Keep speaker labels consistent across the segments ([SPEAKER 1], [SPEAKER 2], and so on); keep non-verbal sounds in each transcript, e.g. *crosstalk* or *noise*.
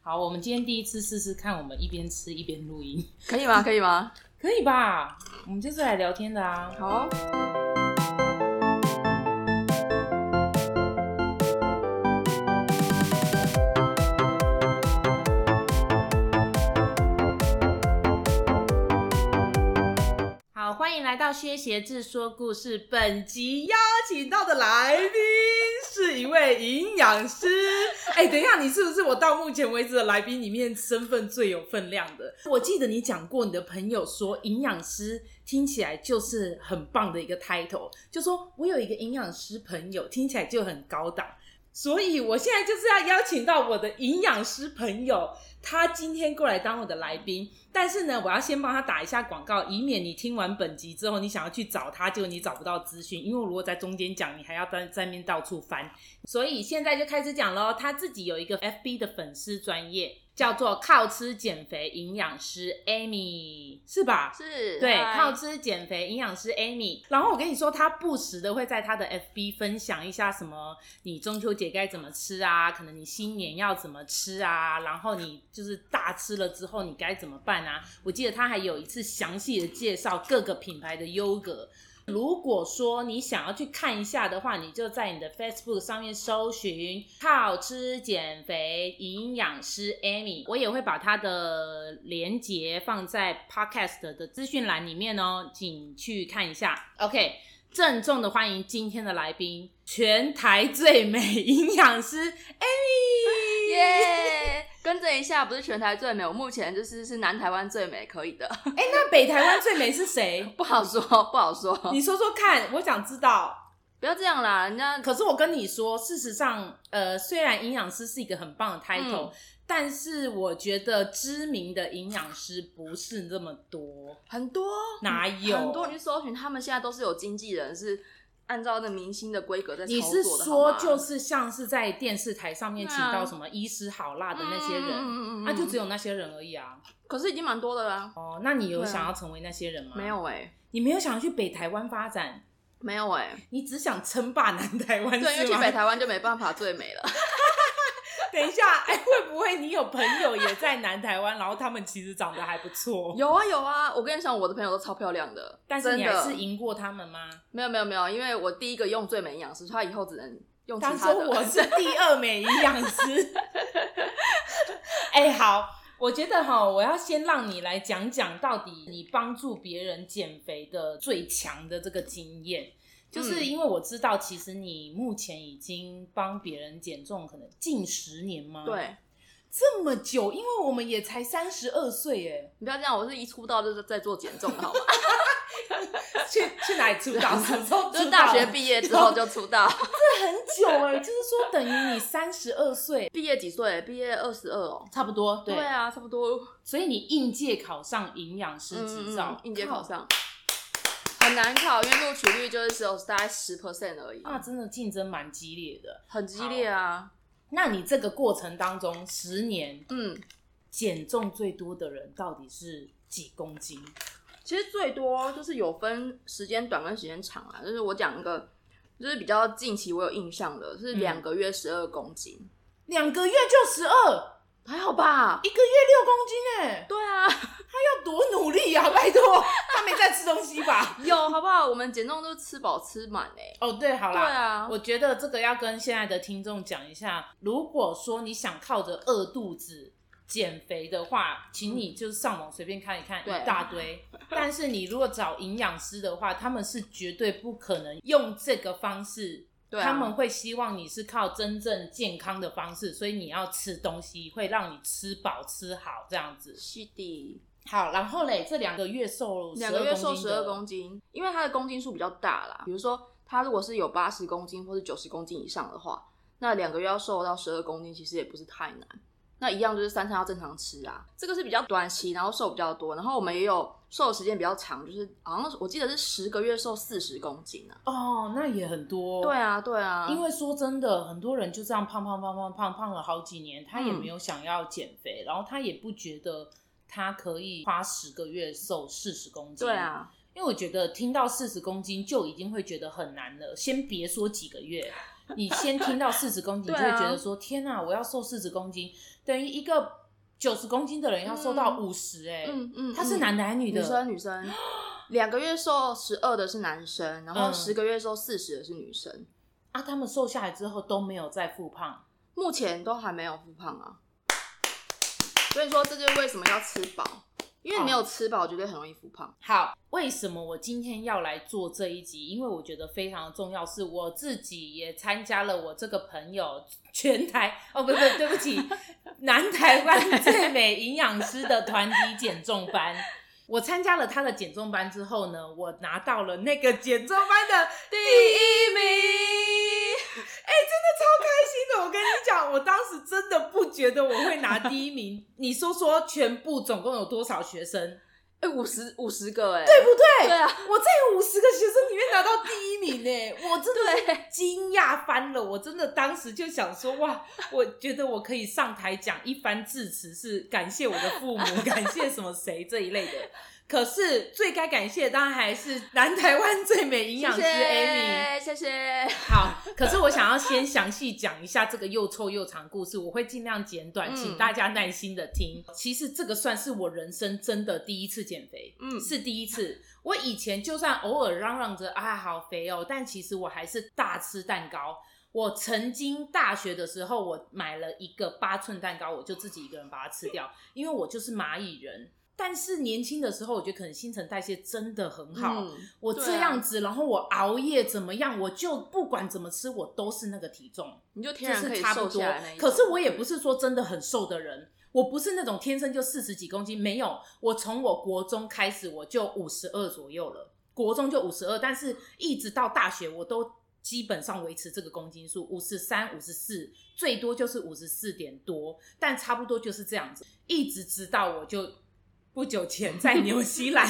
[SPEAKER 1] 好，我们今天第一次试试看，我们一边吃一边录 *laughs* 音，
[SPEAKER 2] 可以吗？可以吗？
[SPEAKER 1] 可以吧？我们就是来聊天的啊。
[SPEAKER 2] 好啊、
[SPEAKER 1] 好，欢迎来到薛鞋志说故事。本集邀请到的来宾是一位营养师。哎，等一下，你是不是我到目前为止的来宾里面身份最有分量的？我记得你讲过，你的朋友说营养师听起来就是很棒的一个 title，就说我有一个营养师朋友，听起来就很高档。所以我现在就是要邀请到我的营养师朋友，他今天过来当我的来宾。但是呢，我要先帮他打一下广告，以免你听完本集之后，你想要去找他，结果你找不到资讯，因为我如果在中间讲，你还要在在面到处翻。所以现在就开始讲喽。他自己有一个 FB 的粉丝专业，叫做“靠吃减肥营养师 Amy”，是吧？
[SPEAKER 2] 是，
[SPEAKER 1] 对，
[SPEAKER 2] 嗨
[SPEAKER 1] 靠吃减肥营养师 Amy。然后我跟你说，她不时的会在她的 FB 分享一下什么，你中秋节该怎么吃啊？可能你新年要怎么吃啊？然后你就是大吃了之后你该怎么办啊？我记得她还有一次详细的介绍各个品牌的优格。如果说你想要去看一下的话，你就在你的 Facebook 上面搜寻“靠吃减肥营养师 Amy”，我也会把她的链接放在 Podcast 的资讯栏里面哦，请去看一下。OK，郑重的欢迎今天的来宾，全台最美营养师 Amy。
[SPEAKER 2] *laughs* 耶！更正一下，不是全台最美，我目前就是是南台湾最美，可以的， *laughs*
[SPEAKER 1] 哎、那北台湾最美是谁？
[SPEAKER 2] 不好说， *laughs* 不好说，
[SPEAKER 1] 你说说看，我想知道。
[SPEAKER 2] 不要这样啦，人家
[SPEAKER 1] 可是我跟你说，事实上，呃，虽然营养师是一个很棒的 title，、
[SPEAKER 2] 嗯
[SPEAKER 1] 但是我觉得知名的营养师不是那么多，
[SPEAKER 2] 很多
[SPEAKER 1] 哪有？
[SPEAKER 2] 嗯很多，你去搜寻，他们现在都是有经纪人，是按照那明星的规格在操
[SPEAKER 1] 你是
[SPEAKER 2] 作的，
[SPEAKER 1] 说就是是像是在电视台上面
[SPEAKER 2] 对
[SPEAKER 1] 请
[SPEAKER 2] 啊
[SPEAKER 1] 到什么医师好辣的那些人，那、
[SPEAKER 2] 嗯嗯嗯嗯嗯
[SPEAKER 1] 就只有那些人而已啊。
[SPEAKER 2] 可是已经蛮多的啦，
[SPEAKER 1] 哦，那你有
[SPEAKER 2] 对啊
[SPEAKER 1] 想要成为那些人吗？
[SPEAKER 2] 没，有哎、
[SPEAKER 1] 你没有想要去北台湾发展，
[SPEAKER 2] 没有哎、 *laughs*
[SPEAKER 1] 你只想称霸南台湾，
[SPEAKER 2] 对，因
[SPEAKER 1] 是
[SPEAKER 2] 为去
[SPEAKER 1] 吗
[SPEAKER 2] 北台湾就没办法最美了。
[SPEAKER 1] *laughs* 等一下，哎、会不会你有朋友也在南台湾，然后他们其实长得还不错？
[SPEAKER 2] *laughs* 有啊有啊，我跟你讲，我的朋友都超漂亮的，
[SPEAKER 1] 但是你还是
[SPEAKER 2] 真的
[SPEAKER 1] 赢过他们吗？
[SPEAKER 2] 没有没有没有，因为我第一个用最美营养师，所以他以后只能用其
[SPEAKER 1] 当
[SPEAKER 2] 他
[SPEAKER 1] 初
[SPEAKER 2] 的。
[SPEAKER 1] 我是第二美营养师。
[SPEAKER 2] *laughs*
[SPEAKER 1] 哎、好，我觉得哈，我要先让你来讲讲到底你帮助别人减肥的最强的这个经验。
[SPEAKER 2] 嗯
[SPEAKER 1] 就是因为我知道，其实你目前已经帮别人减重，可能近十年吗？，
[SPEAKER 2] 对，
[SPEAKER 1] 这么久，因为我们也才三十二岁，哎，
[SPEAKER 2] 你不要这样，我是一出道就是在做 *laughs* 减重的，好吗？
[SPEAKER 1] 去去哪里出
[SPEAKER 2] *laughs*
[SPEAKER 1] 道？什么时候
[SPEAKER 2] 就是
[SPEAKER 1] 出
[SPEAKER 2] 大
[SPEAKER 1] 道
[SPEAKER 2] 学毕业之后就出 *laughs* 道，
[SPEAKER 1] 很久哎，就是说等于你三十二岁，
[SPEAKER 2] 毕业几岁？毕业二十二哦。
[SPEAKER 1] 差不多
[SPEAKER 2] 对啊，差不多。
[SPEAKER 1] 所以你应届考上营养师执
[SPEAKER 2] 嗯，
[SPEAKER 1] 照
[SPEAKER 2] 嗯，应届考上很难考，因为录取率就是只有大概十 percent 而已，
[SPEAKER 1] 靠啊，真的竞争蛮激烈的。
[SPEAKER 2] 很激烈啊。
[SPEAKER 1] 那你这个过程当中，十年
[SPEAKER 2] 嗯，
[SPEAKER 1] 减重最多的人到底是几公斤？
[SPEAKER 2] 其实最多就是有分时间短跟时间长啊，就是我讲一个，就是比较近期我有印象的是
[SPEAKER 1] 嗯
[SPEAKER 2] 两个月十二公斤，
[SPEAKER 1] 两个月就十二，
[SPEAKER 2] 还好吧？
[SPEAKER 1] 一个月六公斤哎、
[SPEAKER 2] 对啊，
[SPEAKER 1] *laughs* 要多努力呀、啊！拜托， *laughs* 他没在吃东西吧？
[SPEAKER 2] 有好不好？我们减重都是吃饱吃满哎、
[SPEAKER 1] 哦，对，好
[SPEAKER 2] 对
[SPEAKER 1] 啦，
[SPEAKER 2] 啊，
[SPEAKER 1] 我觉得这个要跟现在的听众讲一下，如果说你想靠着饿肚子减肥的话，请你就是上网随便看一看
[SPEAKER 2] 对
[SPEAKER 1] 一大堆。 *laughs* 但是你如果找营养师的话，他们是绝对不可能用这个方式。
[SPEAKER 2] 对啊
[SPEAKER 1] 他们会希望你是靠真正健康的方式，所以你要吃东西会让你吃饱吃好这样子。
[SPEAKER 2] 西底
[SPEAKER 1] 好，然后嘞，这两个月瘦
[SPEAKER 2] 两个月瘦
[SPEAKER 1] 十
[SPEAKER 2] 十
[SPEAKER 1] 二
[SPEAKER 2] 二
[SPEAKER 1] 公斤
[SPEAKER 2] 公斤，因为它的公斤数比较大啦。比如说，它如果是有八十公斤或者九十公斤以上的话，那两个月要瘦到十二公斤，其实也不是太难。那一样就是三餐要正常吃啊，这个是比较短期，然后瘦比较多。然后我们也有瘦的时间比较长，就是好像我记得是十个月瘦四十公斤啊。
[SPEAKER 1] 的哦，那也很多。
[SPEAKER 2] 对啊，对啊，
[SPEAKER 1] 因为说真的，很多人就这样胖胖胖胖胖胖了好几年，他也
[SPEAKER 2] 嗯
[SPEAKER 1] 没有想要减肥，然后他也不觉得他可以花十个月瘦四十公斤。
[SPEAKER 2] 对，啊，
[SPEAKER 1] 因为我觉得听到四十公斤就已经会觉得很难了，先别说几个月，你先听到四十公
[SPEAKER 2] *laughs*
[SPEAKER 1] 斤，你就
[SPEAKER 2] 对
[SPEAKER 1] 会
[SPEAKER 2] 啊
[SPEAKER 1] 觉得说：天哪、我要瘦四十公斤，等于一个九十公斤的人要瘦到五十哎。
[SPEAKER 2] 嗯嗯，
[SPEAKER 1] 他是
[SPEAKER 2] 嗯
[SPEAKER 1] 男的还是女
[SPEAKER 2] 女
[SPEAKER 1] 的？
[SPEAKER 2] 生女 *gasps* 生，两个月瘦十二的是男生，然后
[SPEAKER 1] 嗯
[SPEAKER 2] 十个月瘦四十的是女生。
[SPEAKER 1] 啊，他们瘦下来之后都没有再复胖。
[SPEAKER 2] 目前都还没有复胖啊。所以说，这就是为什么要吃饱，因为你没有吃饱，绝对很容易复胖。
[SPEAKER 1] 好，为什么我今天要来做这一集？因为我觉得非常重要，是我自己也参加了我这个朋友全台哦，不不，对不起，南台湾最美营养师的团体减重班。我参加了他的减重班之后呢，我拿到了那个减重班的第一名。哎、真的超开心的！我跟你讲，我当时真的不觉得我会拿第一名。你说说，全部总共有多少学生？
[SPEAKER 2] 哎、五十五十个哎、
[SPEAKER 1] 对不对？
[SPEAKER 2] 对
[SPEAKER 1] *laughs*
[SPEAKER 2] 啊，
[SPEAKER 1] 我在五十个学生里面拿到第一名呢，我真的是惊讶翻了。我真的当时就想说，哇，我觉得我可以上台讲一番致辞，是感谢我的父母，感谢什么谁这一类的。可是最该感谢的当然还是南台湾最美营养师 Amy。
[SPEAKER 2] 谢谢，谢谢。
[SPEAKER 1] 好，可是我想要先详细讲一下这个又臭又长故事，我会尽量简短，
[SPEAKER 2] 嗯
[SPEAKER 1] 请大家耐心的听。其实这个算是我人生真的第一次减肥，
[SPEAKER 2] 嗯
[SPEAKER 1] 是第一次。我以前就算偶尔嚷嚷着啊好肥哦，但其实我还是大吃蛋糕。我曾经大学的时候，我买了一个八寸蛋糕，我就自己一个人把它吃
[SPEAKER 2] *laughs*
[SPEAKER 1] 掉，因为我就是蚂蚁人。但是年轻的时候，我觉得可能新陈代谢真的很好，
[SPEAKER 2] 嗯
[SPEAKER 1] 我
[SPEAKER 2] 对啊
[SPEAKER 1] 这样子，然后我熬夜怎么样，我就不管怎么吃，我都是那个体重，
[SPEAKER 2] 你就
[SPEAKER 1] 就
[SPEAKER 2] 天然可
[SPEAKER 1] 是
[SPEAKER 2] 以
[SPEAKER 1] 差不
[SPEAKER 2] 瘦
[SPEAKER 1] 多
[SPEAKER 2] 下来那一。种
[SPEAKER 1] 可是我也不是说真的很瘦的人，我不是那种天生就四十几公斤，没有，我从我国中开始我就五十二左右了，国中就五十二，但是一直到大学我都。基本上维持这个公斤数，五十三、五十四，最多就是五十四点多，但差不多就是这样子，一直直到我就不久前
[SPEAKER 2] *laughs*
[SPEAKER 1] 在纽西兰，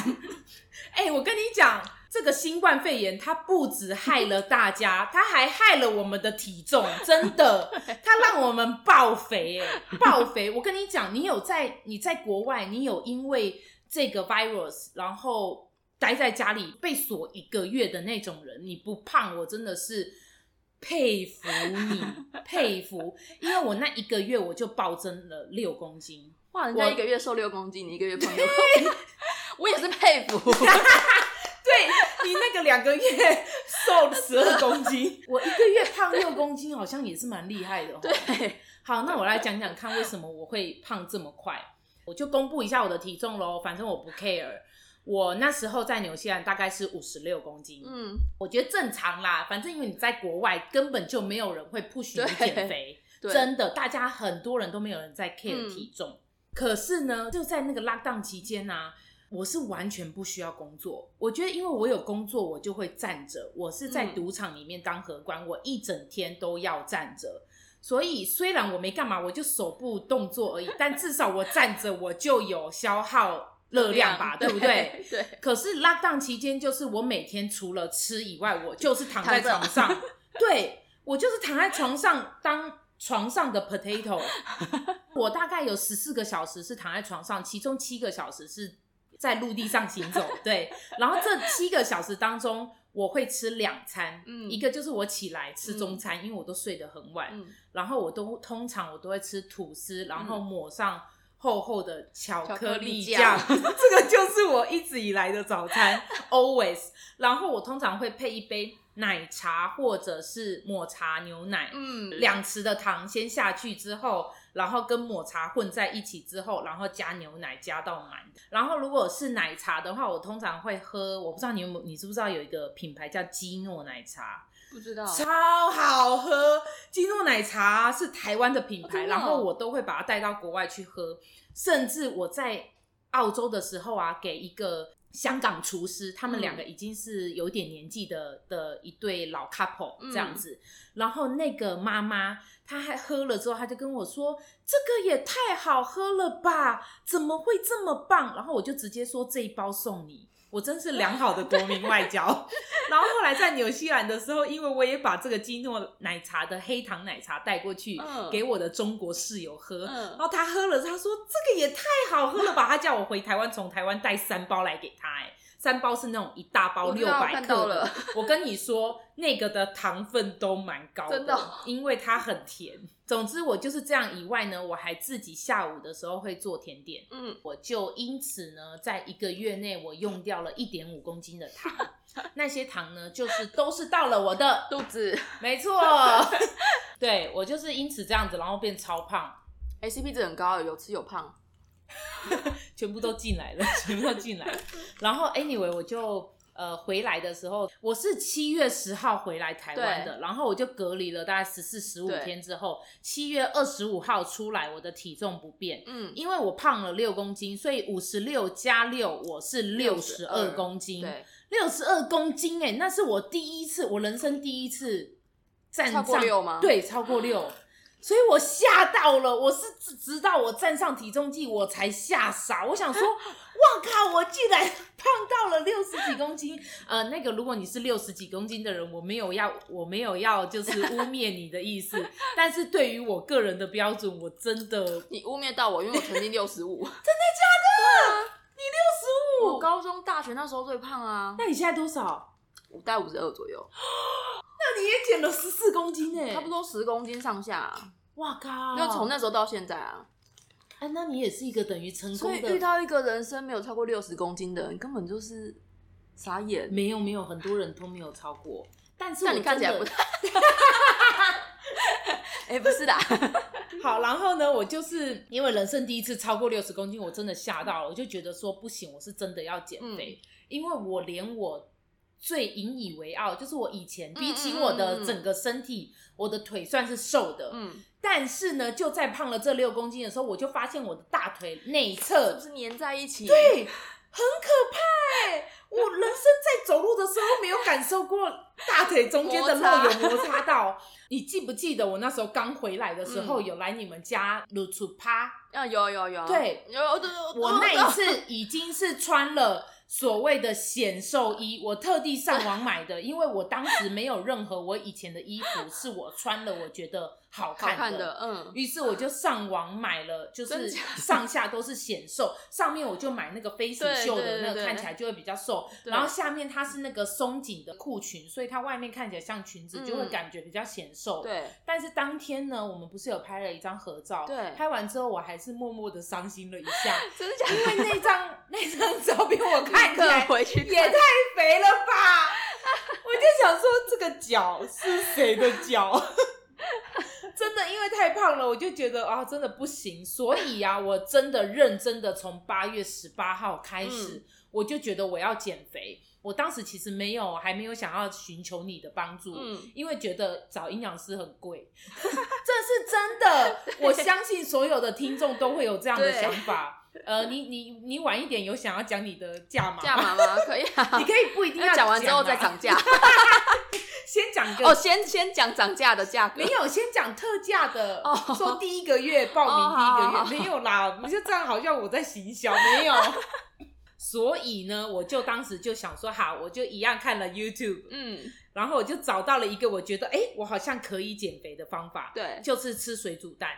[SPEAKER 1] 哎、我跟你讲，这个新冠肺炎它不止害了大家，它还害了我们的体重，真的，它让我们爆肥、哎，爆肥！我跟你讲，你有在你在国外，你有因为这个 virus 然后待在家里被锁一个月的那种人，你不胖，我真的是。佩服你，佩服！因为我那一个月我就暴增了六公斤，
[SPEAKER 2] *laughs* 哇，人家
[SPEAKER 1] 我
[SPEAKER 2] 一个月瘦六公斤，你一个月胖六公斤， *laughs* 我也是佩服。
[SPEAKER 1] 对 *laughs* 你那个两个月瘦十二公斤， *laughs* 我一个月胖六公斤，好像也是蛮厉害的、哦。
[SPEAKER 2] 对，
[SPEAKER 1] 好，那我来讲讲看为什么我会胖这么快。我就公布一下我的体重喽，反正我不 care。我那时候在纽西兰大概是五十六公斤，
[SPEAKER 2] 嗯，
[SPEAKER 1] 我觉得正常啦。反正因为你在国外，根本就没有人会 push 你
[SPEAKER 2] 对
[SPEAKER 1] 减肥，
[SPEAKER 2] 对，
[SPEAKER 1] 真的，大家很多人都没有人在 care
[SPEAKER 2] 嗯
[SPEAKER 1] 体重。可是呢，就在那个 lockdown 期间呢、我是完全不需要工作。我觉得，因为我有工作，我就会站着。我是在
[SPEAKER 2] 嗯
[SPEAKER 1] 赌场里面当荷官，我一整天都要站着。所以虽然我没干嘛，我就手部动作而已，但至少我站着，我就有消耗热量吧，对不对？？
[SPEAKER 2] *laughs* 对，
[SPEAKER 1] 可是 lockdown 期间，就是我每天除了吃以外，我就是躺在
[SPEAKER 2] 躺
[SPEAKER 1] 床
[SPEAKER 2] 着 *laughs*
[SPEAKER 1] 上，对我就是躺在床上当床上的
[SPEAKER 2] *laughs*
[SPEAKER 1] potato。我大概有十四个小时是躺在床上，其中七个小时是在陆地上行
[SPEAKER 2] *laughs*
[SPEAKER 1] 走，对。然后这七个小时当中，我会吃两餐，
[SPEAKER 2] 嗯
[SPEAKER 1] 一个就是我起来吃中餐，因为我都睡得很晚，
[SPEAKER 2] 嗯，
[SPEAKER 1] 然后我都通常我都会吃吐司，然后抹上厚厚的嗯巧克力酱，
[SPEAKER 2] 巧
[SPEAKER 1] *laughs* 这个就是我一直以来的早 *laughs* 餐，always。然后我通常会配一杯奶茶或者是抹茶牛奶，
[SPEAKER 2] 嗯，
[SPEAKER 1] 两匙的糖先下去之后，然后跟抹茶混在一起之后，然后加牛奶加到满。然后如果是奶茶的话，我通常会喝，我不知道你有没有，你知不知道有一个品牌叫基诺奶茶？
[SPEAKER 2] 不知道，
[SPEAKER 1] 超好喝。金诺奶茶是台湾的品
[SPEAKER 2] 哦真
[SPEAKER 1] 牌，
[SPEAKER 2] 的哦
[SPEAKER 1] 然后我都会把它带到国外去喝，甚至我在澳洲的时候啊，给一个。香港厨师，他们两个已经是有点年纪的、的一对老 couple
[SPEAKER 2] 嗯
[SPEAKER 1] 这样子，然后那个妈妈她还喝了之后，她就跟我说：“这个也太好喝了吧，怎么会这么棒？”然后我就直接说：“这一包送你。”我真是良好的国民外
[SPEAKER 2] *laughs*
[SPEAKER 1] 交。然后后来在纽西兰的时候，因为我也把这个基诺奶茶的黑糖奶茶带过去、
[SPEAKER 2] 嗯
[SPEAKER 1] 给我的中国室友喝，然
[SPEAKER 2] 嗯，
[SPEAKER 1] 后他喝了，他说这个也太好喝了吧，他叫我回台湾从台湾带三包来给他、哎，三包是那种一大包
[SPEAKER 2] 我知
[SPEAKER 1] 六
[SPEAKER 2] 道
[SPEAKER 1] 百
[SPEAKER 2] 看到
[SPEAKER 1] 克
[SPEAKER 2] 了
[SPEAKER 1] 的。我跟你说，那个的糖分都蛮高
[SPEAKER 2] 真的哦
[SPEAKER 1] 因为它很甜。总之，我就是这样。以外呢，我还自己下午的时候会做甜点，
[SPEAKER 2] *laughs* 嗯，
[SPEAKER 1] 我就因此呢，在一个月内我用掉了一点五公斤的糖。那些糖呢，就是都是到了我的
[SPEAKER 2] 肚子
[SPEAKER 1] 没错， *laughs* 对我就是因此这样子，然后变超胖，
[SPEAKER 2] 哎 c p 值很高，有吃有胖，
[SPEAKER 1] 全部都进来了， *laughs* 全部都进来了。然后 anyway，我就呃回来的时候，我是七月十号回来台湾的，然后我就隔离了大概十四十五
[SPEAKER 2] 对
[SPEAKER 1] 天之后，七月二十五号出来，我的体重不变。
[SPEAKER 2] 嗯，
[SPEAKER 1] 因为我胖了六公斤，所以五十六加六我是六十二
[SPEAKER 2] 62
[SPEAKER 1] 公斤，
[SPEAKER 2] 对，
[SPEAKER 1] 六十二公斤哎、那是我第一次，我人生第一次站上
[SPEAKER 2] 超过六吗
[SPEAKER 1] 对，超过六，所以我吓到了。我是直直到我站上体重计，我才吓傻。我想
[SPEAKER 2] *laughs*
[SPEAKER 1] 说，哇靠，我竟然胖到了六十几公斤。呃，那个如果你是六十几公斤的人，我没有要，我没有要就是污蔑你的意
[SPEAKER 2] *laughs*
[SPEAKER 1] 思，但是对于我个人的标准，我真的六十
[SPEAKER 2] 你污蔑到我，因为我曾经六十
[SPEAKER 1] *laughs*
[SPEAKER 2] 五，我
[SPEAKER 1] 五。
[SPEAKER 2] 高中、大学那时候最胖啊，
[SPEAKER 1] 那你现在多少？
[SPEAKER 2] 我大概五十二左右，
[SPEAKER 1] 那你也减了十四公斤哎、
[SPEAKER 2] 差不。多十公斤上下、啊，
[SPEAKER 1] 哇靠！
[SPEAKER 2] 就从那时候到现在啊。
[SPEAKER 1] 哎、那你也是一个等于成
[SPEAKER 2] 所
[SPEAKER 1] 功
[SPEAKER 2] 以
[SPEAKER 1] 的，
[SPEAKER 2] 遇到一个人生没有超过六十公斤的人，根本就是傻眼。
[SPEAKER 1] 没有没有，很多人都没有超过。但嗯是我
[SPEAKER 2] 但你看起来不
[SPEAKER 1] 真的
[SPEAKER 2] 太， *laughs*
[SPEAKER 1] *laughs*
[SPEAKER 2] 哎、不是啦，
[SPEAKER 1] 好。然后呢，我就是因为人生第一次超过六十公斤，我真的吓到了，我就觉得说不行，我是真的要减
[SPEAKER 2] 嗯
[SPEAKER 1] 肥，因为我连我最引以为傲，就是我以前比起我
[SPEAKER 2] 嗯嗯嗯
[SPEAKER 1] 的
[SPEAKER 2] 嗯
[SPEAKER 1] 整个身体，我的腿算是瘦的，
[SPEAKER 2] 嗯， *laughs*
[SPEAKER 1] 但是呢，就在胖了这六公斤的时候，我就发现我的大腿内
[SPEAKER 2] 是
[SPEAKER 1] 侧
[SPEAKER 2] 不是粘在一起？
[SPEAKER 1] 对，很可怕哎、我人生在走路的时候没有感受过大腿中间的肉有摩擦到。你记不记得我那时候刚回来的时候，
[SPEAKER 2] 嗯
[SPEAKER 1] 有来你们家露出趴？
[SPEAKER 2] 啊，有有有，
[SPEAKER 1] 对
[SPEAKER 2] 有，有对对，
[SPEAKER 1] 我那一次已经是穿了。所谓的显瘦衣，我特地上网买的，因为我当时没有任何我以前的衣服是我穿了我觉得好
[SPEAKER 2] 好
[SPEAKER 1] 看
[SPEAKER 2] 看
[SPEAKER 1] 的，
[SPEAKER 2] 的，嗯，
[SPEAKER 1] 于是我就上网买了，就
[SPEAKER 2] 真
[SPEAKER 1] 是
[SPEAKER 2] 假
[SPEAKER 1] *laughs* 上下都是显瘦，上面我就买那个飞鼠
[SPEAKER 2] 对
[SPEAKER 1] 袖
[SPEAKER 2] 对
[SPEAKER 1] 的那
[SPEAKER 2] 对
[SPEAKER 1] 个，看起来就会比较瘦，
[SPEAKER 2] 对
[SPEAKER 1] 然后下面它是那个松紧的裤裙，所以它外面看起来像裙子，就会
[SPEAKER 2] 嗯
[SPEAKER 1] 感觉比较显瘦。。
[SPEAKER 2] 对，
[SPEAKER 1] *laughs* 但是当天呢，我们不是有拍了一张合照？
[SPEAKER 2] 对
[SPEAKER 1] 拍完之后我还是默默的伤心了一下，
[SPEAKER 2] 真的假
[SPEAKER 1] 因
[SPEAKER 2] 的？
[SPEAKER 1] 为那张 *laughs* 那张照片我看起
[SPEAKER 2] 立
[SPEAKER 1] 来
[SPEAKER 2] 刻回去
[SPEAKER 1] 也太肥了吧！我就想说，这个脚是谁的脚？ *laughs* 真的，因为太胖了，我就觉得啊，真的不行。所以啊，我真的认真的从八月十八号开始，我就觉得我要减肥。我当时其实没有，还没有想要寻求你的帮助，
[SPEAKER 2] 嗯，
[SPEAKER 1] 因为觉得找营养师很贵，这是真的。我相信所有的听众都会有这样的
[SPEAKER 2] 对
[SPEAKER 1] 想法。呃，你你你晚一点有想要讲你的价码吗？
[SPEAKER 2] 价码吗？可以啊
[SPEAKER 1] 你，可以 *laughs* 不一定要
[SPEAKER 2] 那讲完之后
[SPEAKER 1] 啊
[SPEAKER 2] 再，
[SPEAKER 1] *laughs*
[SPEAKER 2] 涨价。
[SPEAKER 1] 先讲个
[SPEAKER 2] 哦，先先讲涨价的价格
[SPEAKER 1] 没。有，先讲特价的
[SPEAKER 2] 哦，
[SPEAKER 1] 说第一个月报名第一个月没有啦，你就这样好像我在行销，没有。所以呢，我就当时就想说，好，我就一样看了 YouTube，
[SPEAKER 2] 嗯，
[SPEAKER 1] 然后我就找到了一个我觉得，哎，我好像可以减肥的方法，
[SPEAKER 2] 对，
[SPEAKER 1] 就是吃水煮蛋，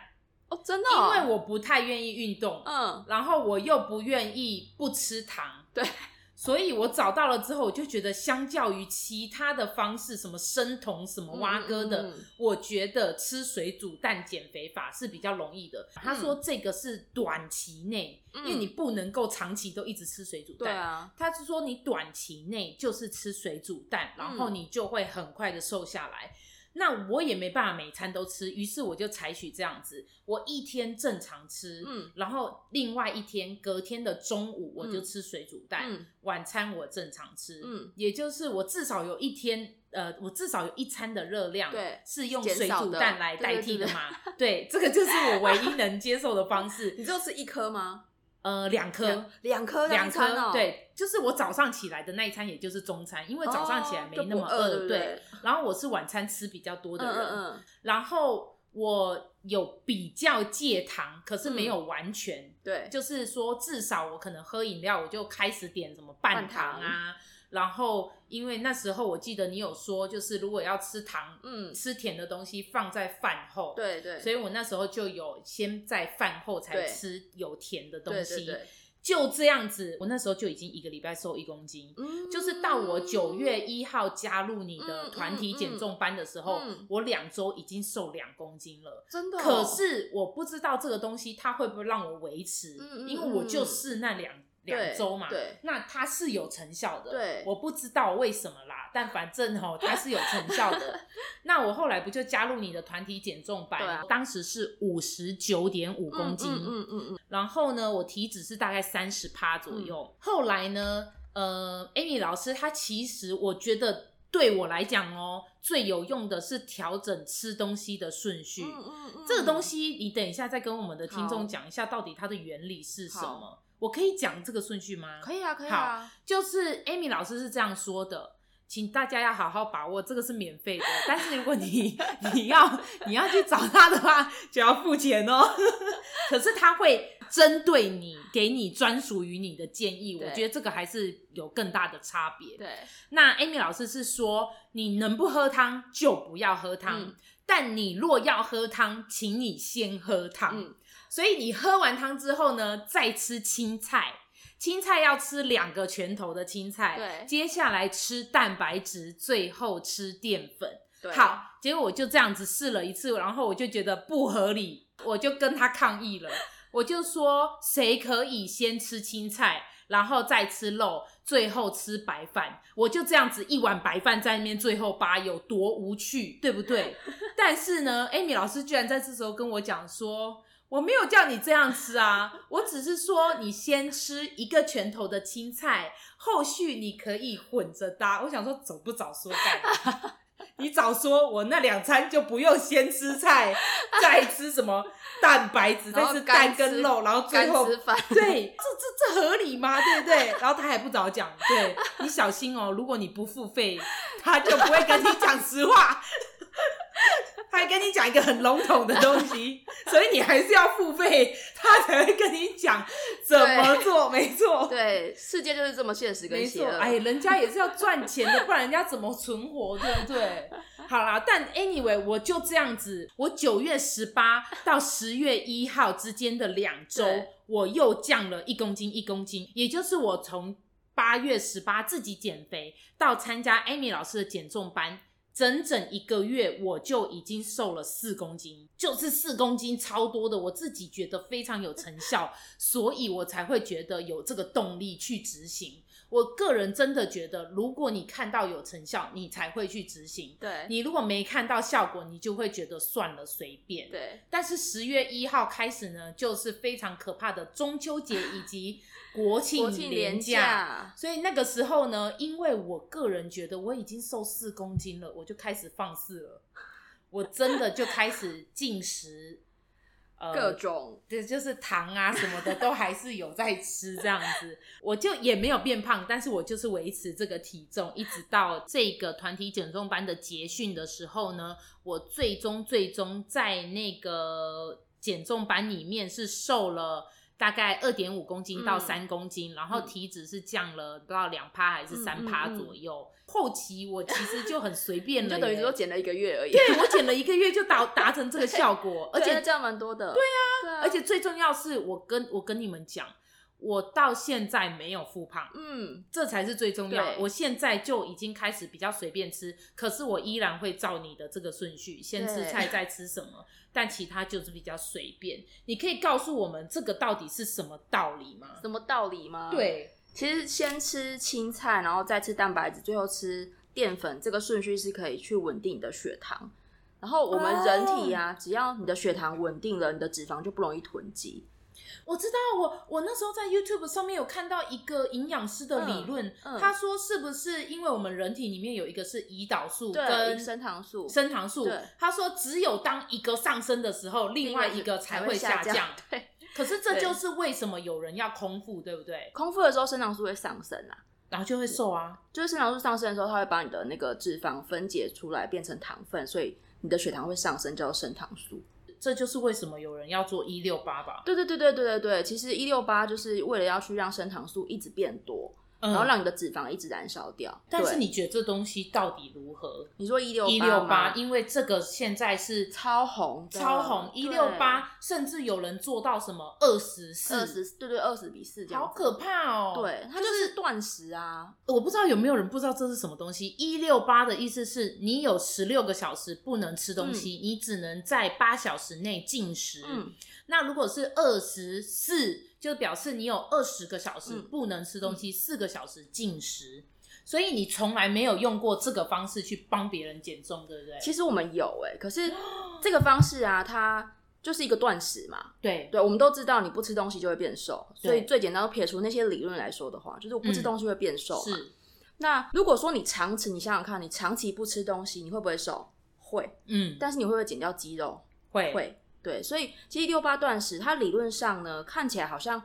[SPEAKER 2] 哦，真的、
[SPEAKER 1] 因
[SPEAKER 2] 哦，
[SPEAKER 1] 为我不太愿意运动，
[SPEAKER 2] 嗯，
[SPEAKER 1] 然后我又不愿意不吃糖，
[SPEAKER 2] 对，
[SPEAKER 1] *laughs* 所以我找到了之后，我就觉得相较于其他的方式，什么生酮、什么蛙哥的，
[SPEAKER 2] 嗯嗯嗯
[SPEAKER 1] 我觉得吃水煮蛋减肥法是比较容易的。他说这个是短期内，
[SPEAKER 2] 嗯
[SPEAKER 1] 因为你不能够长期都一直吃水煮
[SPEAKER 2] 对
[SPEAKER 1] 蛋。
[SPEAKER 2] 啊，
[SPEAKER 1] 他是说你短期内就是吃水煮蛋，然
[SPEAKER 2] 嗯
[SPEAKER 1] 后你就会很快的瘦下来。那我也没办法每餐都吃，于是我就采取这样子，我一天正常吃，
[SPEAKER 2] 嗯
[SPEAKER 1] 然后另外一天隔天的中午我就
[SPEAKER 2] 嗯
[SPEAKER 1] 吃水煮蛋，
[SPEAKER 2] 嗯
[SPEAKER 1] 晚餐我正常吃，
[SPEAKER 2] 嗯，
[SPEAKER 1] 也就是我至少有一天，呃，我至少有一餐的热量
[SPEAKER 2] 对
[SPEAKER 1] 是用
[SPEAKER 2] 减
[SPEAKER 1] 水
[SPEAKER 2] 少
[SPEAKER 1] 煮
[SPEAKER 2] 的
[SPEAKER 1] 蛋来
[SPEAKER 2] 对
[SPEAKER 1] 代
[SPEAKER 2] 对
[SPEAKER 1] 替
[SPEAKER 2] 对
[SPEAKER 1] 的
[SPEAKER 2] *laughs*
[SPEAKER 1] 嘛，对，这个就是我唯一能接受的方式，
[SPEAKER 2] 你只有吃一颗吗？
[SPEAKER 1] 呃，两颗
[SPEAKER 2] 两。两颗
[SPEAKER 1] 两
[SPEAKER 2] 餐
[SPEAKER 1] 颗
[SPEAKER 2] 哦，，
[SPEAKER 1] 对，就是我早上起来的那一餐，也就是中餐，因为早上起来没那么饿，
[SPEAKER 2] 哦、就不对
[SPEAKER 1] 对。
[SPEAKER 2] 不
[SPEAKER 1] 然后我是晚餐吃比较多的
[SPEAKER 2] 嗯
[SPEAKER 1] 人，
[SPEAKER 2] 嗯嗯，
[SPEAKER 1] 然后我有比较戒糖，可
[SPEAKER 2] 嗯
[SPEAKER 1] 是没有完全，
[SPEAKER 2] 对，
[SPEAKER 1] 就是说，至少我可能喝饮料，我就开始点什么半糖
[SPEAKER 2] 半
[SPEAKER 1] 啊。然后，因为那时候我记得你有说，就是如果要吃糖、
[SPEAKER 2] 嗯，
[SPEAKER 1] 吃甜的东西，放在饭后。。
[SPEAKER 2] 对对，
[SPEAKER 1] 所
[SPEAKER 2] 以
[SPEAKER 1] 以我那时候就有先在饭后才
[SPEAKER 2] 对
[SPEAKER 1] 吃有甜的东
[SPEAKER 2] 对
[SPEAKER 1] 西。
[SPEAKER 2] 对对，
[SPEAKER 1] 就这样子，我那时候就已经一个礼拜瘦一公斤。
[SPEAKER 2] 嗯
[SPEAKER 1] 就是到我九月一号加入你的
[SPEAKER 2] 嗯
[SPEAKER 1] 团体
[SPEAKER 2] 嗯
[SPEAKER 1] 减重班的时候，
[SPEAKER 2] 嗯嗯
[SPEAKER 1] 我两周已经瘦两公斤了。
[SPEAKER 2] 真的哦、
[SPEAKER 1] 可是我不知道这个东西它会不会让我维持，
[SPEAKER 2] 嗯嗯
[SPEAKER 1] 因为我就是那两
[SPEAKER 2] 对
[SPEAKER 1] 两周嘛。
[SPEAKER 2] 对
[SPEAKER 1] 那它是有成效的，
[SPEAKER 2] 对
[SPEAKER 1] 我不知道为什么啦，但反正哦，它是有成效
[SPEAKER 2] *laughs*
[SPEAKER 1] 的。那我后来不就加入你的团体减重班？
[SPEAKER 2] 对啊
[SPEAKER 1] 当时是五十九点五公斤，
[SPEAKER 2] 嗯嗯嗯嗯
[SPEAKER 1] 然后呢，我体脂是大概三十趴左右。后来呢，呃，Amy 老师她其实我觉得对我来讲哦，最有用的是调整吃东西的顺序。
[SPEAKER 2] 嗯嗯嗯，
[SPEAKER 1] 这个东
[SPEAKER 2] 西
[SPEAKER 1] 西你等一下再跟我们的听
[SPEAKER 2] 好
[SPEAKER 1] 众讲一下，到底它的原理是什
[SPEAKER 2] 好
[SPEAKER 1] 么？我可以讲这个顺序吗？
[SPEAKER 2] 可以啊，可以啊，
[SPEAKER 1] 就是 Amy 老师是这样说的，请大家要好好把握，这个是免费的。 *laughs* 但是如果你 *laughs* 你要你要去找他的话，就要付钱哦。 *laughs* 可是他会针对你，给你专属于你的建议，
[SPEAKER 2] 对
[SPEAKER 1] 我觉得这个还是有更大的差别。
[SPEAKER 2] 对，
[SPEAKER 1] 那 Amy 老师是说，你能不喝汤就不要喝汤，
[SPEAKER 2] 嗯
[SPEAKER 1] 但你若要喝汤，请你先喝汤。
[SPEAKER 2] 嗯
[SPEAKER 1] 所以你喝完汤之后呢，再吃青菜。青菜要吃两个拳头的青菜，
[SPEAKER 2] 对
[SPEAKER 1] 接下来吃蛋白质，最后吃淀粉。
[SPEAKER 2] 对，
[SPEAKER 1] 好，结果我就这样子试了一次，然后我就觉得不合理，我就跟他抗议了。我就说，谁可以先吃青菜，然后再吃肉，最后吃白饭？我就这样子一碗白饭在那边最后扒，有多无趣，对不对？但是呢，Amy 老师居然在这时候跟我讲说。我没有叫你这样吃啊，我只是说你先吃一个拳头的青菜，后续你可以混着搭。我想说，早不早说干嘛？ *laughs* 你早说，我那两餐就不用先吃菜，再吃什么蛋白质，
[SPEAKER 2] 然
[SPEAKER 1] 再
[SPEAKER 2] 后
[SPEAKER 1] 吃
[SPEAKER 2] 干
[SPEAKER 1] 蛋跟
[SPEAKER 2] 吃
[SPEAKER 1] 肉，然后最
[SPEAKER 2] 干
[SPEAKER 1] 后
[SPEAKER 2] 吃
[SPEAKER 1] *laughs*
[SPEAKER 2] 饭，
[SPEAKER 1] 对，这这这合理吗？对不对？然后他还不早讲，对你小心哦，如果你不付费，他就不会跟你讲实话，他还跟你讲一个很笼统的东西，所以你还是要付费，他才会跟你讲怎么做。没错，
[SPEAKER 2] 对，世界就是这么现实
[SPEAKER 1] 没
[SPEAKER 2] 跟邪
[SPEAKER 1] 错，
[SPEAKER 2] 恶。
[SPEAKER 1] 哎，人家也是要赚钱的，不然人家怎么存活，对不对？好啦，但 anyway，我就这样子，我九月十八到十月一号之间的两周
[SPEAKER 2] 对，
[SPEAKER 1] 我又降了一公斤一公斤，也就是我从八月十八自己减肥到参加 Amy 老师的减重班。整整一个月，我就已经瘦了四公斤，就是四公斤超多的，我自己觉得非常有成效，所以我才会觉得有这个动力去执行。我个人真的觉得，如果你看到有成效，你才会去执行。
[SPEAKER 2] 对，
[SPEAKER 1] 你如果没看到效果，你就会觉得算了，随便。
[SPEAKER 2] 对，
[SPEAKER 1] 但是十月一号开始呢，就是非常可怕的中秋节以
[SPEAKER 2] *laughs*
[SPEAKER 1] 及国
[SPEAKER 2] 国
[SPEAKER 1] 庆
[SPEAKER 2] 庆
[SPEAKER 1] 连
[SPEAKER 2] 连
[SPEAKER 1] 假。
[SPEAKER 2] 假，
[SPEAKER 1] 所以那个时候呢，因为我个人觉得我已经瘦四公斤了，我就开始放肆了，我真的就开始进食，呃，
[SPEAKER 2] 各种
[SPEAKER 1] 对，就是糖啊什么的都还是有在吃这样子，我就也没有变胖，但是我就是维持这个体重，一直到这个团体减重班的结训的时候呢，我最终最终在那个减重班里面是瘦了。大概二点五公斤到
[SPEAKER 2] 嗯
[SPEAKER 1] 三公斤，然后
[SPEAKER 2] 嗯
[SPEAKER 1] 体脂是降了不知道两趴还是三趴
[SPEAKER 2] 嗯嗯嗯
[SPEAKER 1] 左右。后期我其实就很随便
[SPEAKER 2] *laughs* 你
[SPEAKER 1] 呃了耶，
[SPEAKER 2] 就等于说减了一个月而已。
[SPEAKER 1] 对我减了一个月就达达成这个效
[SPEAKER 2] *laughs*
[SPEAKER 1] 果，而
[SPEAKER 2] 对
[SPEAKER 1] 且
[SPEAKER 2] 那这样蛮多的。对啊，对啊，
[SPEAKER 1] 而且最重要是我跟我跟你们讲，我到现在没有复胖，
[SPEAKER 2] 嗯，
[SPEAKER 1] 这才是最重要。
[SPEAKER 2] 对
[SPEAKER 1] 我现在就已经开始比较随便吃，可是我依然会照你的这个顺序，先吃
[SPEAKER 2] 对
[SPEAKER 1] 菜再吃什么，但其他就是比较随便。你可以告诉我们这个到底是什么道理吗？
[SPEAKER 2] 什么道理吗？，
[SPEAKER 1] 对，
[SPEAKER 2] 其实先吃青菜，然后再吃蛋白质，最后吃淀粉，这个顺序是可以去稳定你的血糖。然后我们人体
[SPEAKER 1] 哦
[SPEAKER 2] 啊，只要你的血糖稳定了，你的脂肪就不容易囤积。
[SPEAKER 1] 我知道，我我那时候在 YouTube 上面有看到一个营养师的理论，
[SPEAKER 2] 嗯嗯
[SPEAKER 1] 他说是不是因为我们人体里面有一个是胰岛素
[SPEAKER 2] 对，
[SPEAKER 1] 跟
[SPEAKER 2] 升糖素，
[SPEAKER 1] 升糖素
[SPEAKER 2] 对，
[SPEAKER 1] 他说只有当一个上升的时候，另外一个才会下
[SPEAKER 2] 才会
[SPEAKER 1] 降
[SPEAKER 2] 降。。对，
[SPEAKER 1] 可是这
[SPEAKER 2] 对
[SPEAKER 1] 就是为什么有人要空腹，对不对？
[SPEAKER 2] 空腹的时候升糖素会上升啊，
[SPEAKER 1] 然后就会瘦啊。
[SPEAKER 2] 就是升糖素上升的时候，它会把你的那个脂肪分解出来变成糖分，所以你的血糖会上升，叫升糖素。
[SPEAKER 1] 这就是为什么有人要做一六八吧？
[SPEAKER 2] 对对对对对对对，其实一六八就是为了要去让升糖素一直变多，
[SPEAKER 1] 嗯
[SPEAKER 2] 然后让你的脂肪一直燃烧掉。
[SPEAKER 1] 但是
[SPEAKER 2] 对
[SPEAKER 1] 你觉得这东西到底如何？
[SPEAKER 2] 你说一六
[SPEAKER 1] 一六八，
[SPEAKER 2] 八
[SPEAKER 1] 因为这个现在是
[SPEAKER 2] 超红的
[SPEAKER 1] 超红一六八，甚至有人做到什么二十
[SPEAKER 2] 二
[SPEAKER 1] 四，
[SPEAKER 2] 十对对二十比四这样
[SPEAKER 1] 好
[SPEAKER 2] 子，
[SPEAKER 1] 可怕哦！，
[SPEAKER 2] 对，它就是断食啊，
[SPEAKER 1] 我不知道有没有人不知道这是什么东西。一六八的意思是你有十六个小时不能吃东西，你只能在八小时内进食。
[SPEAKER 2] 嗯，
[SPEAKER 1] 那如果是二十四，就表示你有二十个小时
[SPEAKER 2] 嗯
[SPEAKER 1] 不能吃东西，四、个小时进食。所以你从来没有用过这个方式去帮别人减重，对不对？
[SPEAKER 2] 其实我们有哎、
[SPEAKER 1] *gasps*
[SPEAKER 2] 可是这个方式啊，它就是一个断食嘛。
[SPEAKER 1] 对，
[SPEAKER 2] 对，我们都知道你不吃东西就会变瘦，
[SPEAKER 1] 对嗯
[SPEAKER 2] 所以最简单的撇除那些理论来说的话，就是我不吃东西会变瘦嘛。
[SPEAKER 1] 是，
[SPEAKER 2] 那如果说你长期，你想想看，你长期不吃东西，你会不会瘦？会，
[SPEAKER 1] 嗯，
[SPEAKER 2] 但是你会不会减掉肌肉？
[SPEAKER 1] 会
[SPEAKER 2] 会，对，所以其实六八断食，它理论上呢看起来好像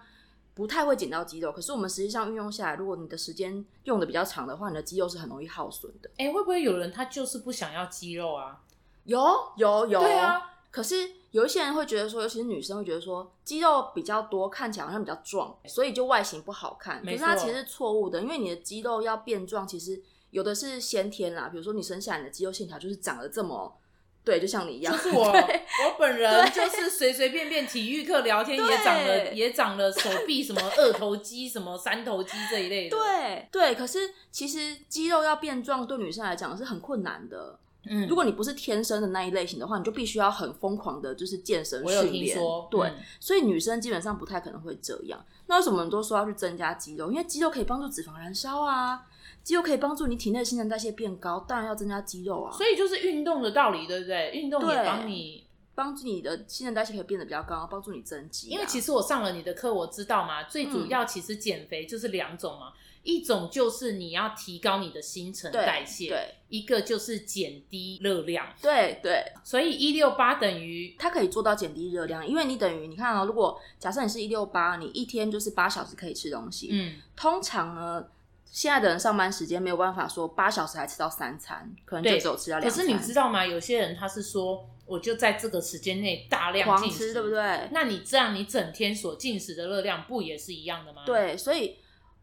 [SPEAKER 2] 不太会减到肌肉，可是我们实际上运用下来，如果你的时间用的比较长的话，你的肌肉是很容易耗损的。
[SPEAKER 1] 哎、会不会有人他就是不想要肌肉啊？
[SPEAKER 2] 有有有，
[SPEAKER 1] 对啊，
[SPEAKER 2] 可是有一些人会觉得说，尤其是女生会觉得说，肌肉比较多，看起来好像比较壮，所以就外形不好看。可
[SPEAKER 1] 没
[SPEAKER 2] 是
[SPEAKER 1] 错
[SPEAKER 2] 它其实是错误的，因为你的肌肉要变壮，其实有的是先天啦，比如说你生下来你的肌肉线条就是长得这么，对，就像你一样，
[SPEAKER 1] 就是我，
[SPEAKER 2] *laughs* 对
[SPEAKER 1] 我本人
[SPEAKER 2] 对
[SPEAKER 1] 就是随随便便体育课聊天
[SPEAKER 2] 对
[SPEAKER 1] 也长了，也长了手臂什么二头肌、什么三头肌这一类的。，
[SPEAKER 2] 对对。可是其实肌肉要变壮，对女生来讲是很困难的。
[SPEAKER 1] 嗯，
[SPEAKER 2] 如果你不是天生的那一类型的话，你就必须要很疯狂的，就是健身
[SPEAKER 1] 我有
[SPEAKER 2] 训
[SPEAKER 1] 听
[SPEAKER 2] 练
[SPEAKER 1] 说，。
[SPEAKER 2] 对，
[SPEAKER 1] 嗯
[SPEAKER 2] 所以女生基本上不太可能会这样。那为什么我们都说要去增加肌肉？因为肌肉可以帮助脂肪燃烧啊，肌肉可以帮助你体内新陈代谢变高，当然要增加肌肉啊，
[SPEAKER 1] 所以就是运动的道理，对不对？运动也
[SPEAKER 2] 对
[SPEAKER 1] 帮你，
[SPEAKER 2] 帮助你的新陈代谢可以变得比较高，帮助你增肌、啊
[SPEAKER 1] 因为其
[SPEAKER 2] 实，
[SPEAKER 1] 实我上了你的课，我知道嘛，最
[SPEAKER 2] 嗯
[SPEAKER 1] 主要其实减肥就是两种嘛，一种就是你要提高你的新陈
[SPEAKER 2] 对
[SPEAKER 1] 代谢，
[SPEAKER 2] 对
[SPEAKER 1] 一个就是减低热量，
[SPEAKER 2] 对对，
[SPEAKER 1] 所以一六八等于
[SPEAKER 2] 它可以做到减低热量，因为你等于你看啊、如果假设你是一六八，你一天就是八小时可以吃东西，
[SPEAKER 1] 嗯
[SPEAKER 2] 通常呢。现在的人上班时间没有办法说八小时还吃到三餐，可能就
[SPEAKER 1] 对
[SPEAKER 2] 只有吃到
[SPEAKER 1] 可
[SPEAKER 2] 两餐。
[SPEAKER 1] 是你知道吗？有些人他是说，我就在这个时间内大量
[SPEAKER 2] 狂
[SPEAKER 1] 进食，嗯
[SPEAKER 2] 吃对不？对？
[SPEAKER 1] 那你这样，你整天所进食的热量不也是一样的吗？，
[SPEAKER 2] 对，所以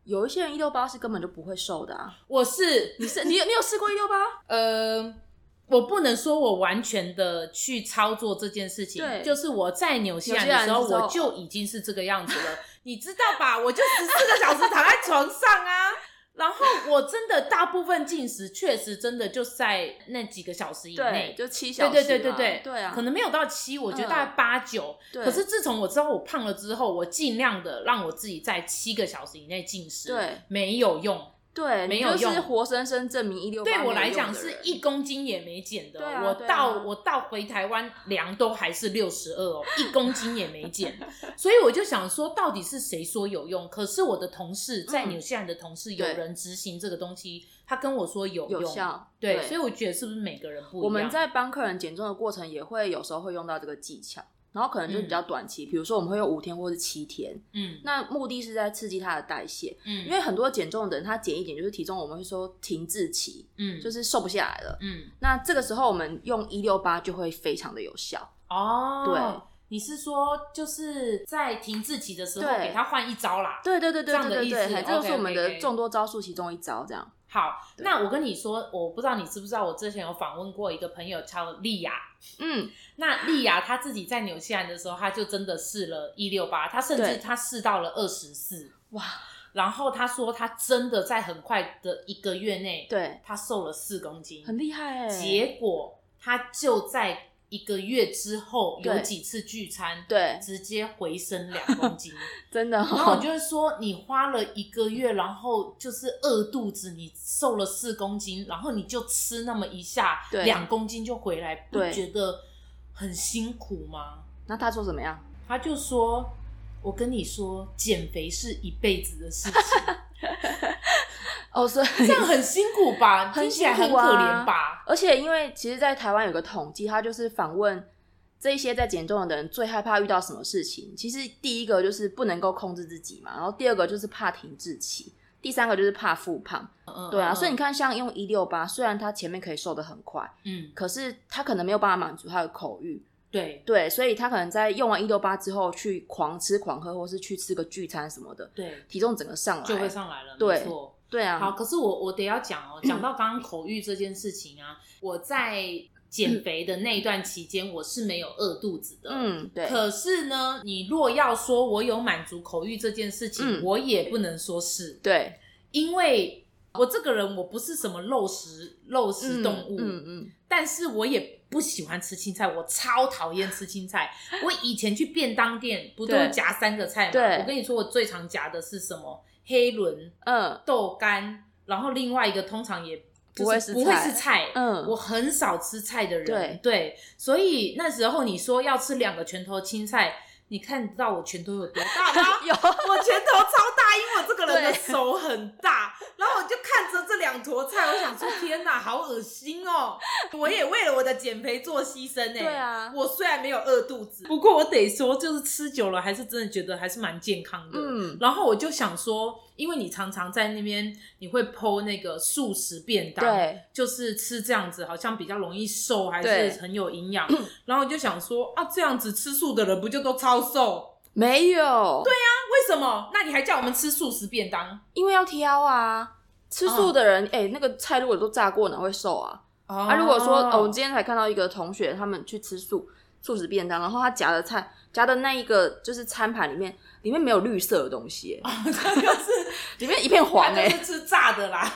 [SPEAKER 2] 有一些人一六八是根本就不会瘦的啊。
[SPEAKER 1] 我是
[SPEAKER 2] 你是你有你有试过一六八？
[SPEAKER 1] 呃，我不能说我完全的去操作这件事情，
[SPEAKER 2] 对
[SPEAKER 1] 就是我在纽西兰
[SPEAKER 2] 纽
[SPEAKER 1] 的
[SPEAKER 2] 西兰
[SPEAKER 1] 时候，
[SPEAKER 2] 之后
[SPEAKER 1] 我就已经是这个样子了，你知道吧？我就十四个小时躺在床上啊。然后我真的大部分进食确实真的就在那几个小时以内，
[SPEAKER 2] 就七
[SPEAKER 1] 对
[SPEAKER 2] 小时
[SPEAKER 1] 对
[SPEAKER 2] 嘛。
[SPEAKER 1] 对对对
[SPEAKER 2] 对啊，嗯
[SPEAKER 1] 可能没有到七，我觉得大概八九、
[SPEAKER 2] 对
[SPEAKER 1] 可是自从我知道我胖了之后，我尽量的让我自己在七个小时以内进食，
[SPEAKER 2] 对，
[SPEAKER 1] 没有用。
[SPEAKER 2] 对，
[SPEAKER 1] 没
[SPEAKER 2] 你
[SPEAKER 1] 有
[SPEAKER 2] 就是
[SPEAKER 1] 用
[SPEAKER 2] 活生生证明一六八
[SPEAKER 1] 对我来讲是一公斤也没减的哦、
[SPEAKER 2] 对啊
[SPEAKER 1] 我
[SPEAKER 2] 对啊
[SPEAKER 1] 到、我到回台湾量都还是六十二哦，一公斤也没减。所以我就想说，到底是谁说有用？可是我的同事在
[SPEAKER 2] 嗯
[SPEAKER 1] 纽西兰的同事有
[SPEAKER 2] 对
[SPEAKER 1] 人执行这个东西，他跟我说有用。
[SPEAKER 2] 有效。
[SPEAKER 1] 对，所以我觉得是不是每个人不一样？
[SPEAKER 2] 我们在帮客人减重的过程也会有时候会用到这个技巧。然后可能就是比较短期，比如说我们会用五天或是七天，
[SPEAKER 1] 嗯
[SPEAKER 2] 那目的是在刺激他的代谢。
[SPEAKER 1] 嗯，
[SPEAKER 2] 因为很多减重的人，他减一减就是体重，我们会说停滞期，
[SPEAKER 1] 嗯
[SPEAKER 2] 就是是瘦不下来了。
[SPEAKER 1] 嗯
[SPEAKER 2] 那这个时候我们用一六八就会非常的有效。
[SPEAKER 1] 哦，
[SPEAKER 2] 对。
[SPEAKER 1] 你是说，就是在停滞期的时候
[SPEAKER 2] 对
[SPEAKER 1] 给他换一招啦？
[SPEAKER 2] 对对对
[SPEAKER 1] 这
[SPEAKER 2] 对
[SPEAKER 1] 样的
[SPEAKER 2] 对对
[SPEAKER 1] 意思
[SPEAKER 2] 对，这就
[SPEAKER 1] OK，
[SPEAKER 2] 是我们
[SPEAKER 1] OK，OK
[SPEAKER 2] 的众多招数其中一招，这样。
[SPEAKER 1] 好，那我跟你说，我不知道你知不知道，我之前有访问过一个朋友叫丽雅。
[SPEAKER 2] 嗯，
[SPEAKER 1] 那丽雅她自己在纽西兰的时候，她就真的试了一六八，她甚至
[SPEAKER 2] 对
[SPEAKER 1] 她试到了二十四，
[SPEAKER 2] 哇，
[SPEAKER 1] 然后她说她真的在很快的一个月内，
[SPEAKER 2] 对，
[SPEAKER 1] 她瘦了四公斤，
[SPEAKER 2] 很厉害哎、
[SPEAKER 1] 结果她就在一个月之后有
[SPEAKER 2] 对
[SPEAKER 1] 几次聚餐，
[SPEAKER 2] 对，
[SPEAKER 1] 直接回升两公斤。
[SPEAKER 2] 真的、
[SPEAKER 1] 然 *laughs* 后我
[SPEAKER 2] 哦，
[SPEAKER 1] 就是说，你花了一个月，然后就是饿肚子，你瘦了四公斤，然后你就吃那么一下，
[SPEAKER 2] 对
[SPEAKER 1] 两公斤就回来，不
[SPEAKER 2] 对
[SPEAKER 1] 觉得很辛苦吗？
[SPEAKER 2] 那他说怎么样？
[SPEAKER 1] 他就说：“我跟你说，减肥是一辈子的事情，
[SPEAKER 2] *laughs* 哦，所以
[SPEAKER 1] 这样很辛苦吧？
[SPEAKER 2] 很
[SPEAKER 1] 听起来很
[SPEAKER 2] 辛
[SPEAKER 1] 可
[SPEAKER 2] 苦啊
[SPEAKER 1] 怜吧？
[SPEAKER 2] 而且因为其实，在台湾有个统计，他就是访问这些在减重的人最害怕遇到什么事情。其实第一个就是不能够控制自己嘛，然后第二个就是怕停滞期，第三个就是怕复胖。
[SPEAKER 1] 嗯
[SPEAKER 2] 对啊，所以你
[SPEAKER 1] 看，
[SPEAKER 2] 看，像用一六八，虽然他前面可以瘦得很快，
[SPEAKER 1] 嗯，
[SPEAKER 2] 可是他可能没有办法满足他的口欲，
[SPEAKER 1] 对
[SPEAKER 2] 对，所以他可能在用完一六八之后去狂吃狂喝，或是去吃个聚餐什么的，
[SPEAKER 1] 对，
[SPEAKER 2] 体重整个上来
[SPEAKER 1] 就会上来了，
[SPEAKER 2] 对
[SPEAKER 1] 没错。
[SPEAKER 2] 对啊，
[SPEAKER 1] 好，可是我我得要讲哦，讲到刚刚口欲这件事情啊，我在减肥的那一段期间，我是没有饿肚子的。
[SPEAKER 2] 嗯，对，
[SPEAKER 1] 可是呢，你若要说我有满足口欲这件事情，
[SPEAKER 2] 嗯
[SPEAKER 1] 我也不能说是，
[SPEAKER 2] 对，
[SPEAKER 1] 因为我这个人我不是什么肉食肉食动物，
[SPEAKER 2] 嗯嗯
[SPEAKER 1] 但是我也不喜欢吃青菜，我超讨厌吃青菜。我以前去便当店不都
[SPEAKER 2] 对
[SPEAKER 1] 夹三个菜
[SPEAKER 2] 对
[SPEAKER 1] 吗？我跟你说，我最常夹的是什么？黑轮、
[SPEAKER 2] 嗯
[SPEAKER 1] 豆干，然后另外一个通常也
[SPEAKER 2] 不会
[SPEAKER 1] 是
[SPEAKER 2] 是
[SPEAKER 1] 不会
[SPEAKER 2] 菜
[SPEAKER 1] 是菜。
[SPEAKER 2] 嗯，
[SPEAKER 1] 我很少吃菜的人，
[SPEAKER 2] 对
[SPEAKER 1] 所以那时候你说要吃两个拳头青菜，你看到我拳头有多大吗？
[SPEAKER 2] *laughs* *laughs* 有
[SPEAKER 1] 我拳头超大，因为我这个人的
[SPEAKER 2] 对
[SPEAKER 1] 手很大，然后我就看着这两坨菜，我想说天哪，好恶心哦！我也为了我的减肥做牺牲呢、欸
[SPEAKER 2] 对啊
[SPEAKER 1] 我虽然没有饿肚子，不过我得说，就是吃久了，还是真的觉得还是蛮健康的。
[SPEAKER 2] 嗯
[SPEAKER 1] 然后我就想说，因为你常常在那边，你会剖那个素食便当，
[SPEAKER 2] 对，
[SPEAKER 1] 就是吃这样子，好像比较容易瘦，还
[SPEAKER 2] 对
[SPEAKER 1] 是很有营养。然后我就想说，啊，这样子吃素的人不就都超瘦？
[SPEAKER 2] 没有，对，
[SPEAKER 1] 为什么？那你还叫我们吃素食便当？
[SPEAKER 2] 因为要挑啊。吃素的人，哎、那个菜如果都炸过，哪会瘦啊？
[SPEAKER 1] 哦
[SPEAKER 2] 啊，如果说，哦，我今天才看到一个同学，他们去吃素素食便当，然后他夹的菜夹的那一个就是餐盘里面，里面没有绿色的东
[SPEAKER 1] *laughs*
[SPEAKER 2] 西、哎
[SPEAKER 1] 他哦就是
[SPEAKER 2] *laughs* 里面一片黄
[SPEAKER 1] 他
[SPEAKER 2] 哎、 *laughs*
[SPEAKER 1] 就是吃炸的啦。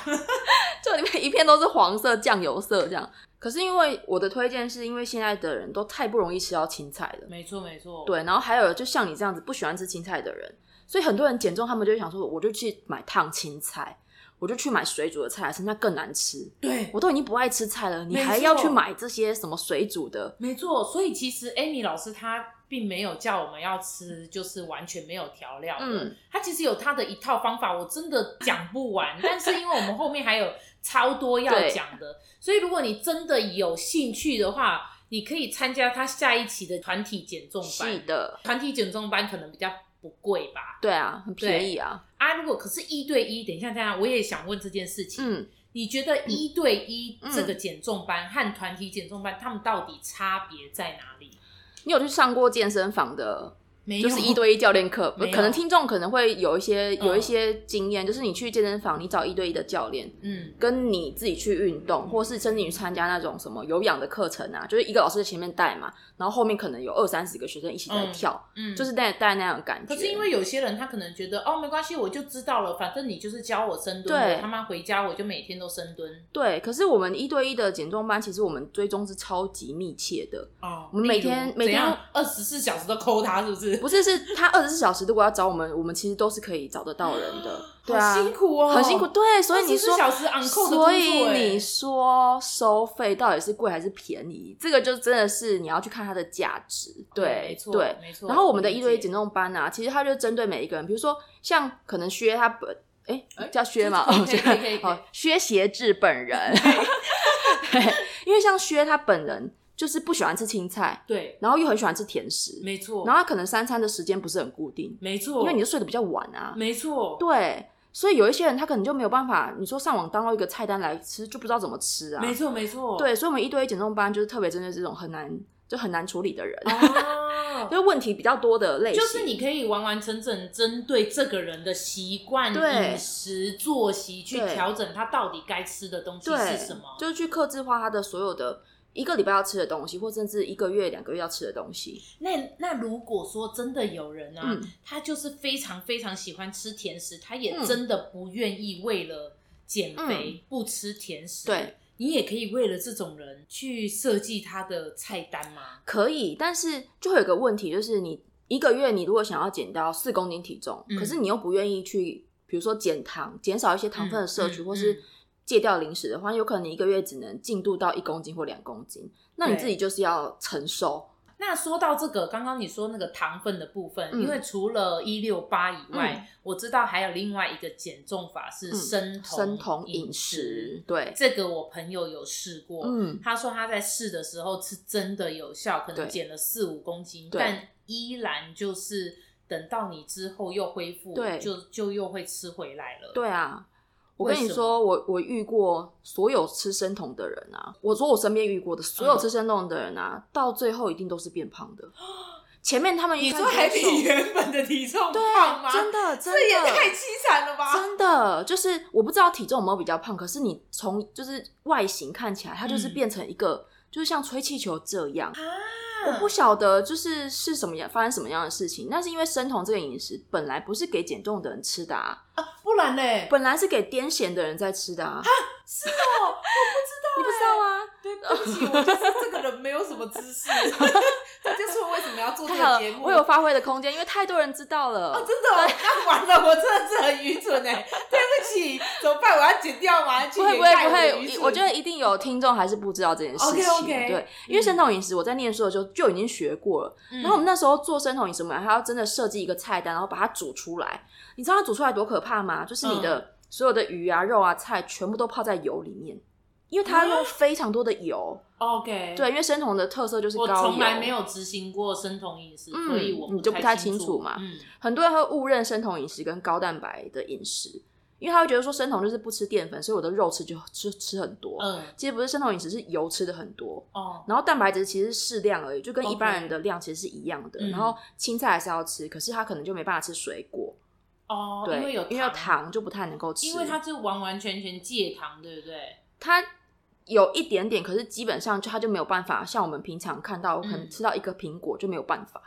[SPEAKER 2] 这里面一片都是黄色酱油色这样。可是因为我的推荐是因为现在的人都太不容易吃到青菜了，
[SPEAKER 1] 没错，没错，，
[SPEAKER 2] 对，然后还有就像你这样子不喜欢吃青菜的人，所以很多人减重，他们就会想说，我就去买烫青菜，我就去买水煮的菜，啊剩下更难吃。
[SPEAKER 1] 对，
[SPEAKER 2] 我都已经不爱吃菜了，你
[SPEAKER 1] 没
[SPEAKER 2] 还要去
[SPEAKER 1] 错
[SPEAKER 2] 买这些什么水煮的？
[SPEAKER 1] 没错。所以其实 Amy 老师她并没有叫我们要吃，就是完全没有调料的。
[SPEAKER 2] 嗯，
[SPEAKER 1] 他其实有他的一套方法，我真的讲不
[SPEAKER 2] *laughs*
[SPEAKER 1] 完。但是因为我们后面还有超多要讲的，所以如果你真的有兴趣的话，你可以参加他下一期的团体减重
[SPEAKER 2] 是
[SPEAKER 1] 班。
[SPEAKER 2] 的，
[SPEAKER 1] 团体减重班可能比较不贵吧？
[SPEAKER 2] 对啊，很便宜啊。
[SPEAKER 1] 啊，如果可是一对一，等一下，等一下，我也想问这件事情。
[SPEAKER 2] 嗯，
[SPEAKER 1] 你觉得一对一
[SPEAKER 2] 嗯
[SPEAKER 1] 这个减重班和团体减重班，他们到底差别在哪里？
[SPEAKER 2] 你有去上过健身房的，
[SPEAKER 1] 没有，
[SPEAKER 2] 嗯就是一对一教练课，不
[SPEAKER 1] 没有
[SPEAKER 2] 可能听众可能会有一些有一
[SPEAKER 1] 嗯
[SPEAKER 2] 些经验，就是你去健身房，你找一对一的教练，
[SPEAKER 1] 嗯，
[SPEAKER 2] 跟你自己去运动，或是甚至你参加那种什么有氧的课程啊，就是一个老师在前面带嘛，然后后面可能有二三十个学生一起在跳，
[SPEAKER 1] 嗯，
[SPEAKER 2] 就是带带那样的感觉。
[SPEAKER 1] 可是因为有些人他可能觉得哦没关系，我就知道了，反正你就是教我深蹲，
[SPEAKER 2] 对
[SPEAKER 1] 我他妈回家我就每天都深蹲
[SPEAKER 2] 对，可是我们一对一的减重班，其实我们追踪是超级密切的，
[SPEAKER 1] 哦
[SPEAKER 2] 我们每天每天
[SPEAKER 1] 二十四小时都抠他，是不 *laughs* 是？
[SPEAKER 2] 不是是他二十四小时如果要找我们，我们其实都是可以找得到人的，对啊，
[SPEAKER 1] 好辛苦哦，
[SPEAKER 2] 很辛苦，对，所以你说
[SPEAKER 1] 24小时 on call 的工作
[SPEAKER 2] 所以
[SPEAKER 1] 欸
[SPEAKER 2] 你说收费到底是贵还是便宜，这个就真的是你要去看它的价值，
[SPEAKER 1] 没
[SPEAKER 2] 对
[SPEAKER 1] 错
[SPEAKER 2] 对，
[SPEAKER 1] 没错。
[SPEAKER 2] 然后我们的一对一减
[SPEAKER 1] 重
[SPEAKER 2] 重班啊，其实它就针对每一个人，比如说像可能薛他本，哎、
[SPEAKER 1] 哎
[SPEAKER 2] 叫薛嘛，
[SPEAKER 1] 这 *laughs* 可以可
[SPEAKER 2] 哦，
[SPEAKER 1] 以可以可以
[SPEAKER 2] 哦，薛协志
[SPEAKER 1] *laughs*
[SPEAKER 2] 本人，对，因为像薛他本人就是不喜欢吃青菜，
[SPEAKER 1] 对，
[SPEAKER 2] 然后又很喜欢吃甜食，
[SPEAKER 1] 没错，
[SPEAKER 2] 然后他可能三餐的时间不是很固定，
[SPEAKER 1] 没错，
[SPEAKER 2] 因为你就睡得比较晚啊，
[SPEAKER 1] 没错，
[SPEAKER 2] 对，所以有一些人他可能就没有办法，你说上网 download 一个菜单来吃，就不知道怎么吃啊
[SPEAKER 1] 没，错没错，
[SPEAKER 2] 对，所以我们一对一减重班就是特别针对这种很难就很难处理的人，
[SPEAKER 1] 哦。
[SPEAKER 2] 就是问题比较多的类型，
[SPEAKER 1] 就是你可以完完整整针对这个人的习惯、
[SPEAKER 2] 对
[SPEAKER 1] 饮食、作息去
[SPEAKER 2] 对
[SPEAKER 1] 调整他到底该吃的东西
[SPEAKER 2] 对，
[SPEAKER 1] 是什么。
[SPEAKER 2] 就是去克制化他的所有的一个礼拜要吃的东西，或甚至一个月、两个月要吃的东西。
[SPEAKER 1] 那那如果说真的有人啊，
[SPEAKER 2] 嗯，
[SPEAKER 1] 他就是非常非常喜欢吃甜食，他也
[SPEAKER 2] 嗯
[SPEAKER 1] 真的不愿意为了减肥、不吃甜食。
[SPEAKER 2] 对，
[SPEAKER 1] 你也可以为了这种人去设计他的菜单吗？
[SPEAKER 2] 可以，但是就会有个问题，就是你一个月你如果想要减掉四公斤体重，
[SPEAKER 1] 嗯
[SPEAKER 2] 可是你又不愿意去，比如说减糖，减少一些糖分的摄取，
[SPEAKER 1] 嗯嗯
[SPEAKER 2] 或是戒掉零食的话，有可能你一个月只能进度到一公斤或两公斤，那你
[SPEAKER 1] 对
[SPEAKER 2] 自己就是要承受。
[SPEAKER 1] 那说到这个，刚刚你说那个糖分的部分，
[SPEAKER 2] 嗯
[SPEAKER 1] 因为除了一六八以外，我知道还有另外一个减重法是
[SPEAKER 2] 嗯
[SPEAKER 1] 生酮
[SPEAKER 2] 生酮
[SPEAKER 1] 饮
[SPEAKER 2] 饮食，对，
[SPEAKER 1] 这个我朋友有试过，
[SPEAKER 2] 嗯，
[SPEAKER 1] 他说他在试的时候是真的有效，可能
[SPEAKER 2] 对
[SPEAKER 1] 减了四五公斤，
[SPEAKER 2] 对
[SPEAKER 1] 但依然就是等到你之后又恢复，
[SPEAKER 2] 对
[SPEAKER 1] 就就又会吃回来了。
[SPEAKER 2] 对啊，我跟
[SPEAKER 3] 为
[SPEAKER 2] 你
[SPEAKER 3] 什
[SPEAKER 2] 说，我我遇过所有吃生酮的人啊，我说我身边遇过的所
[SPEAKER 3] 嗯
[SPEAKER 2] 有吃生酮的人啊，到最后一定都是变
[SPEAKER 3] *gasps*
[SPEAKER 2] 胖的。前面他们一
[SPEAKER 3] 你
[SPEAKER 2] 开
[SPEAKER 3] 说
[SPEAKER 2] 始
[SPEAKER 3] 还
[SPEAKER 2] 都
[SPEAKER 3] 比
[SPEAKER 2] 瘦
[SPEAKER 3] 原本的体重胖吗？
[SPEAKER 2] 对，真的真的
[SPEAKER 3] 这也太凄惨了吧！
[SPEAKER 2] 真的就是我不知道体重有没有比较胖，可是你从就是外形看起来，它就是
[SPEAKER 3] 嗯
[SPEAKER 2] 变成一个、就是像吹气球这样。
[SPEAKER 3] 啊
[SPEAKER 2] 我不晓得就是是什么样发生什么样的事情，那是因为生酮这个饮食本来不是给减重的人吃的啊，
[SPEAKER 3] 不然嘞，
[SPEAKER 2] 本来是给癫痫的人在吃的啊。
[SPEAKER 3] 是哦，
[SPEAKER 2] *laughs* 你不知道吗？
[SPEAKER 3] 哎
[SPEAKER 2] *laughs*
[SPEAKER 3] 对不起，我就是这个人没有什么知识，这就是我为什么要做这
[SPEAKER 2] 太好
[SPEAKER 3] 个
[SPEAKER 2] 了
[SPEAKER 3] 节，目。
[SPEAKER 2] 我有发挥的空间，因为太多人知道了。
[SPEAKER 3] 哦，真的、哦，那完了，我真的是很愚蠢哎，对不起，怎么办？我要剪掉吗？去
[SPEAKER 2] 不会
[SPEAKER 3] 掩
[SPEAKER 2] 不会
[SPEAKER 3] 盖
[SPEAKER 2] 不
[SPEAKER 3] 我的
[SPEAKER 2] 会
[SPEAKER 3] 愚蠢
[SPEAKER 2] 一，我觉得一定有听众还是不知道这件事情。
[SPEAKER 3] OK，OK
[SPEAKER 2] 对，因为生酮饮食，我在念书的时候就已经学过了。
[SPEAKER 3] 嗯
[SPEAKER 2] 然后我们那时候做生酮饮食，我们还要真的设计一个菜单，然后把它煮出来。你知道它煮出来多可怕吗？就是你
[SPEAKER 3] 嗯
[SPEAKER 2] 的所有的鱼啊、肉啊、菜全部都泡在油里面，因为它
[SPEAKER 3] 啊
[SPEAKER 2] 用非常多的油。
[SPEAKER 3] OK，
[SPEAKER 2] 对，因为生酮的特色就是
[SPEAKER 1] 我
[SPEAKER 2] 高油。
[SPEAKER 1] 从来没有执行过生酮饮食，
[SPEAKER 2] 嗯
[SPEAKER 1] 所以我
[SPEAKER 2] 你就不太
[SPEAKER 1] 清
[SPEAKER 2] 清楚嘛
[SPEAKER 1] 嗯，
[SPEAKER 2] 很多人会误认生酮饮食跟高蛋白的饮食，因为他会觉得说生酮就是不吃淀粉，所以我的肉吃就吃吃很多。
[SPEAKER 1] 嗯，
[SPEAKER 2] 其实不是生酮饮食，是油吃的很多，
[SPEAKER 1] 哦，
[SPEAKER 2] 然后蛋白质其实是适量而已，就跟
[SPEAKER 1] OK
[SPEAKER 2] 一般人的量其实是一样的。
[SPEAKER 1] 嗯
[SPEAKER 2] 然后青菜还是要吃，可是他可能就没办法吃水果，
[SPEAKER 1] 哦，
[SPEAKER 2] 对，
[SPEAKER 1] 因为有
[SPEAKER 2] 因为有，糖就不太能够吃。
[SPEAKER 1] 因为它是完完全全戒糖，对不对？
[SPEAKER 2] 它有一点点，可是基本上就它就没有办法像我们平常看到，我可能
[SPEAKER 1] 嗯
[SPEAKER 2] 吃到一个苹果就没有办法。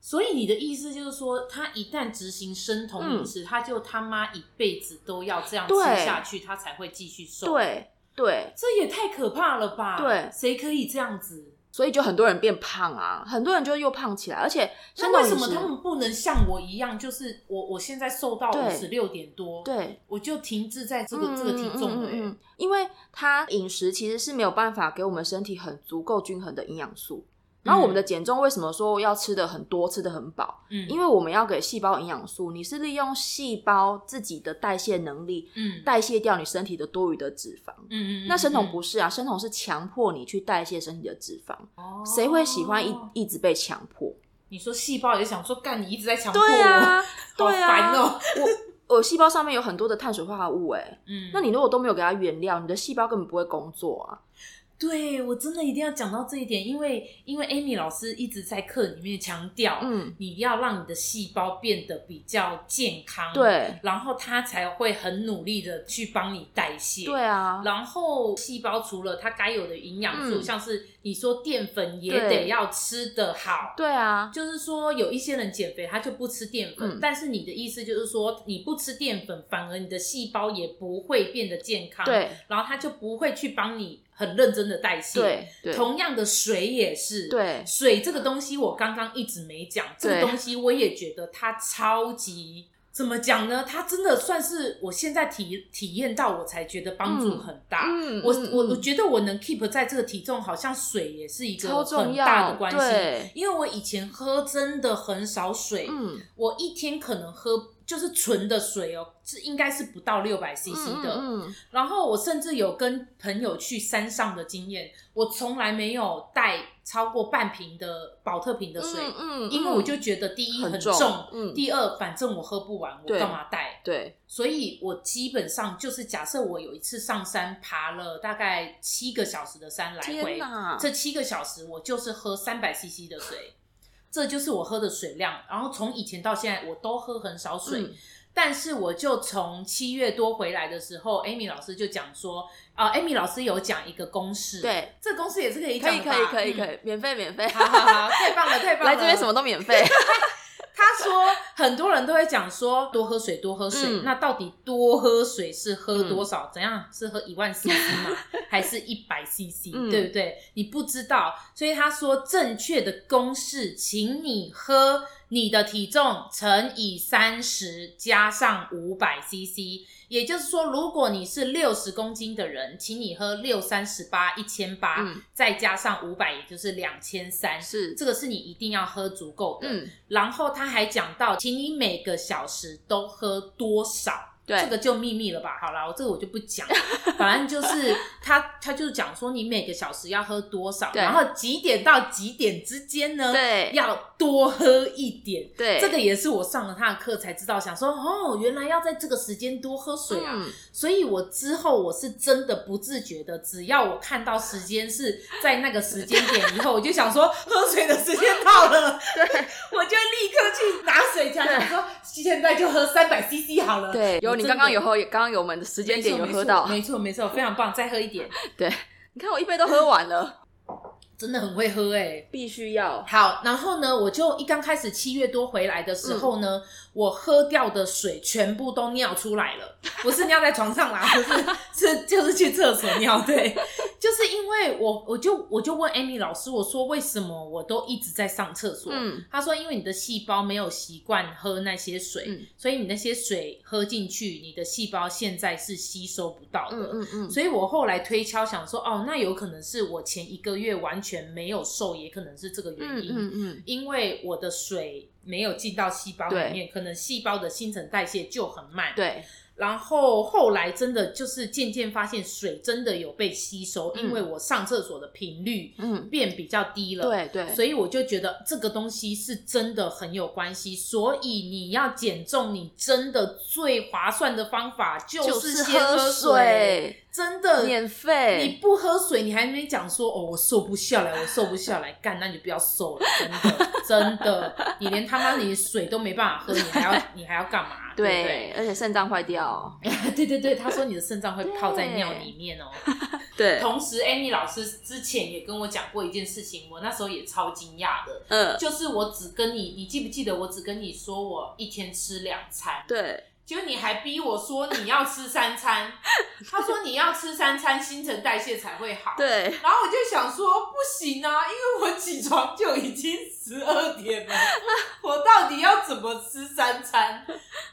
[SPEAKER 1] 所以你的意思就是说，他一旦执行生酮饮食，他就他妈一辈子都要这样吃
[SPEAKER 2] 嗯对
[SPEAKER 1] 下去，他才会继续瘦。，
[SPEAKER 2] 对对，
[SPEAKER 1] 这也太可怕了吧？
[SPEAKER 2] 对
[SPEAKER 1] 谁可以这样子？
[SPEAKER 2] 所以就很多人变胖啊，很多人就又胖起来，而且生
[SPEAKER 1] 那
[SPEAKER 2] 酮
[SPEAKER 1] 为
[SPEAKER 2] 饮
[SPEAKER 1] 什
[SPEAKER 2] 食
[SPEAKER 1] 么他们不能像我一样，就是我我现在瘦到五
[SPEAKER 2] 对
[SPEAKER 1] 十六点多，，
[SPEAKER 2] 对
[SPEAKER 1] 我就停滞在这个、这个体重了、
[SPEAKER 2] 嗯嗯嗯嗯因为它饮食其实是没有办法给我们身体很足够均衡的营养素。然后我们的减重为什么说要吃的很多，吃的很饱？
[SPEAKER 1] 嗯，
[SPEAKER 2] 因
[SPEAKER 1] 为
[SPEAKER 2] 为我们要给细胞营养素，你是利用细胞自己的代谢能力
[SPEAKER 1] 嗯
[SPEAKER 2] 代谢掉你身体的多余的脂肪。
[SPEAKER 1] 嗯嗯，
[SPEAKER 2] 那生酮
[SPEAKER 1] 嗯
[SPEAKER 2] 不是啊，生酮是强迫你去代谢身体的脂肪，
[SPEAKER 1] 哦
[SPEAKER 2] 谁会喜欢一一直被强迫？
[SPEAKER 1] 你说细胞也想说，干你一直在强迫我，
[SPEAKER 2] 对啊，
[SPEAKER 1] 好
[SPEAKER 2] 对
[SPEAKER 1] 烦
[SPEAKER 2] 啊，
[SPEAKER 1] 哦。
[SPEAKER 2] 我细胞上面有很多的碳水化合物、欸，哎，
[SPEAKER 1] 嗯
[SPEAKER 2] 那你如果都没有给它原料，你的细胞根本不会工作啊。
[SPEAKER 1] 对我真的一定要讲到这一点，因为因为 Amy 老师一直在课里面强调，
[SPEAKER 2] 嗯，
[SPEAKER 1] 你要让你的细胞变得比较健康，，
[SPEAKER 2] 对，
[SPEAKER 1] 然后它才会很努力的去帮你代谢，
[SPEAKER 2] 对。啊，
[SPEAKER 1] 然后细胞除了它该有的营养素，
[SPEAKER 2] 嗯
[SPEAKER 1] 像是你说淀粉也
[SPEAKER 2] 对
[SPEAKER 1] 得要吃得好，
[SPEAKER 2] 对啊，
[SPEAKER 1] 就是说，有一些人减肥他就不吃淀粉，
[SPEAKER 2] 嗯
[SPEAKER 1] 但是你的意思就是说，你不吃淀粉，反而你的细胞也不会变得健康，，
[SPEAKER 2] 对
[SPEAKER 1] 然后它就不会去帮你很认真的代谢。，
[SPEAKER 2] 对对
[SPEAKER 1] 同样的水也是，，
[SPEAKER 2] 对，
[SPEAKER 1] 水这个东西我刚刚一直没讲，这
[SPEAKER 2] 对
[SPEAKER 1] 个东西我也觉得它超级。怎么讲呢？它真的算是我现在体体验到，我才觉得帮助
[SPEAKER 2] 嗯
[SPEAKER 1] 很大。
[SPEAKER 2] 嗯
[SPEAKER 1] 我
[SPEAKER 2] 嗯
[SPEAKER 1] 我
[SPEAKER 2] 嗯
[SPEAKER 1] 我觉得我能 keep 在这个体重，好像水也是一个
[SPEAKER 2] 超重
[SPEAKER 1] 很大的
[SPEAKER 2] 要，
[SPEAKER 1] 关系。
[SPEAKER 2] 对，
[SPEAKER 1] 因为我以前喝真的很少水，
[SPEAKER 2] 嗯，
[SPEAKER 1] 我一天可能喝就是纯的水哦，是应该是不到六百
[SPEAKER 2] 嗯
[SPEAKER 1] CC 的。
[SPEAKER 2] 嗯嗯
[SPEAKER 1] 然后我甚至有跟朋友去山上的经验，我从来没有带超过半瓶的保特瓶的水，
[SPEAKER 2] 嗯嗯，
[SPEAKER 1] 因为我就觉得第一
[SPEAKER 2] 很
[SPEAKER 1] 很
[SPEAKER 2] 重
[SPEAKER 1] 重，
[SPEAKER 2] 嗯
[SPEAKER 1] 第二反正我喝不完，我
[SPEAKER 2] 对
[SPEAKER 1] 干嘛带？
[SPEAKER 2] 对，
[SPEAKER 1] 所以我基本上就是假设我有一次上山爬了大概七个小时的山来回
[SPEAKER 2] 天，哪，
[SPEAKER 1] 这七个小时我就是喝三百 CC 的水，这就是我喝的水量。然后从以前到现在，我都喝很少水，
[SPEAKER 2] 嗯
[SPEAKER 1] 但是我就从七月多回来的时候，Amy 老师就讲说，啊、a m y 老师有讲一个公式，，
[SPEAKER 2] 对，
[SPEAKER 1] 这公式也是可以
[SPEAKER 2] 可
[SPEAKER 1] 讲的
[SPEAKER 2] 以可以可以
[SPEAKER 1] 以。
[SPEAKER 2] 可以，免费
[SPEAKER 1] *laughs*
[SPEAKER 2] 免费，
[SPEAKER 1] 好好好，太棒了，太棒了！
[SPEAKER 2] 来这边什么都免费，
[SPEAKER 1] 他说，很多人都会讲说多喝水，多喝水。
[SPEAKER 2] 嗯
[SPEAKER 1] 那到底多喝水是喝多少？怎样是喝一万 CC
[SPEAKER 2] *laughs*
[SPEAKER 1] 吗？还是一百 CC？、
[SPEAKER 2] 嗯
[SPEAKER 1] 对不对？你不知道，所以他说正确的公式，请你喝你的体重乘以三十加上五百 CC。也就是说，如果你是六十公斤的人，请你喝六三十八一千八
[SPEAKER 2] 嗯，
[SPEAKER 1] 再加上五百，也就是两千三。
[SPEAKER 2] 是
[SPEAKER 1] 这个是你一定要喝足够的。
[SPEAKER 2] 嗯
[SPEAKER 1] 然后他还讲到，请你每个小时都喝多少，
[SPEAKER 2] 对
[SPEAKER 1] 这个就秘密了吧？好啦，我这个我就不讲，
[SPEAKER 2] *laughs*
[SPEAKER 1] 反正就是他他就是讲说你每个小时要喝多少，
[SPEAKER 2] 对
[SPEAKER 1] 然后几点到几点之间呢？
[SPEAKER 2] 对
[SPEAKER 1] 要多喝一点。
[SPEAKER 2] 对，
[SPEAKER 1] 这个也是我上了他的课才知道，想说哦，原来要在这个时间多喝水啊。
[SPEAKER 2] 嗯
[SPEAKER 1] 所以我之后我是真的不自觉的，只要我看到时间是在那个时间点以后，我就想说喝水的时间到了，
[SPEAKER 2] *laughs* 对
[SPEAKER 1] 我就立刻去拿水枪，
[SPEAKER 2] 对
[SPEAKER 1] 想说现在就喝三百 CC 好了。
[SPEAKER 2] 对，有你
[SPEAKER 1] 真
[SPEAKER 2] 刚刚
[SPEAKER 1] 的
[SPEAKER 2] 有喝，刚刚有我们的时间点有
[SPEAKER 1] 没错
[SPEAKER 2] 喝到，
[SPEAKER 1] 没错没错，非常棒，再喝一点，
[SPEAKER 2] 你看我一杯都喝完了，
[SPEAKER 1] 真的很会喝哎、
[SPEAKER 2] 必须要
[SPEAKER 1] 好，然后呢，我就一刚开始七月多回来的时候呢，
[SPEAKER 2] 嗯
[SPEAKER 1] 我喝掉的水全部都尿出来了，不是尿在床上啦， *laughs* 不是是就是去厕所尿，对， *laughs* 就是因为我我就我就问 Amy 老师，我说为什么我都一直在上厕所？
[SPEAKER 2] 嗯
[SPEAKER 1] 他说因为你的细胞没有习惯喝那些水，
[SPEAKER 2] 嗯
[SPEAKER 1] 所以你那些水喝进去，你的细胞现在是吸收不到的。
[SPEAKER 2] 嗯嗯嗯，
[SPEAKER 1] 所以我后来推敲想说，哦，那有可能是我前一个月完全没有瘦，也可能是这个原
[SPEAKER 2] 嗯
[SPEAKER 1] 因，
[SPEAKER 2] 嗯嗯，
[SPEAKER 1] 因为我的水没有进到细胞里面，可能细胞的新陈代谢就很慢。，
[SPEAKER 2] 对，
[SPEAKER 1] 然后后来真的就是渐渐发现水真的有被吸收，
[SPEAKER 2] 嗯
[SPEAKER 1] 因为我上厕所的频率
[SPEAKER 2] 嗯
[SPEAKER 1] 变比较低了。。
[SPEAKER 2] 对对，
[SPEAKER 1] 所以我就觉得这个东西是真的很有关系，所以你要减重，你真的最划算的方法就
[SPEAKER 2] 就是
[SPEAKER 1] 是先
[SPEAKER 2] 喝
[SPEAKER 1] 水，
[SPEAKER 2] 水，
[SPEAKER 1] 真的
[SPEAKER 2] 免
[SPEAKER 1] 你
[SPEAKER 2] 费，
[SPEAKER 1] 不喝水，你还没讲说哦，我瘦不下
[SPEAKER 2] *laughs*
[SPEAKER 1] 来，我瘦不下来，干，那你就不要瘦了，真的，真的，你连他妈你水都没办法喝，你还
[SPEAKER 2] *laughs*
[SPEAKER 1] 要你还要干嘛？对不
[SPEAKER 2] 对，而且肾脏坏掉，
[SPEAKER 1] 对？对对对，他说你的肾脏会泡在尿里面哦。
[SPEAKER 2] 对，
[SPEAKER 1] 同时，Amy 老师之前也跟我讲过一件事情，我那时候也超惊讶的，
[SPEAKER 2] 嗯，
[SPEAKER 1] 就是我只跟你，你记不记得我只跟你说我一天吃两餐？
[SPEAKER 2] 对，
[SPEAKER 1] 就你还逼我说你要吃三餐，他说你要吃三餐，新陈代谢才会好。
[SPEAKER 2] 对，
[SPEAKER 1] 然后我就想说，不行啊，因为我起床就已经十二点了， *laughs* 我到底要怎么吃三餐？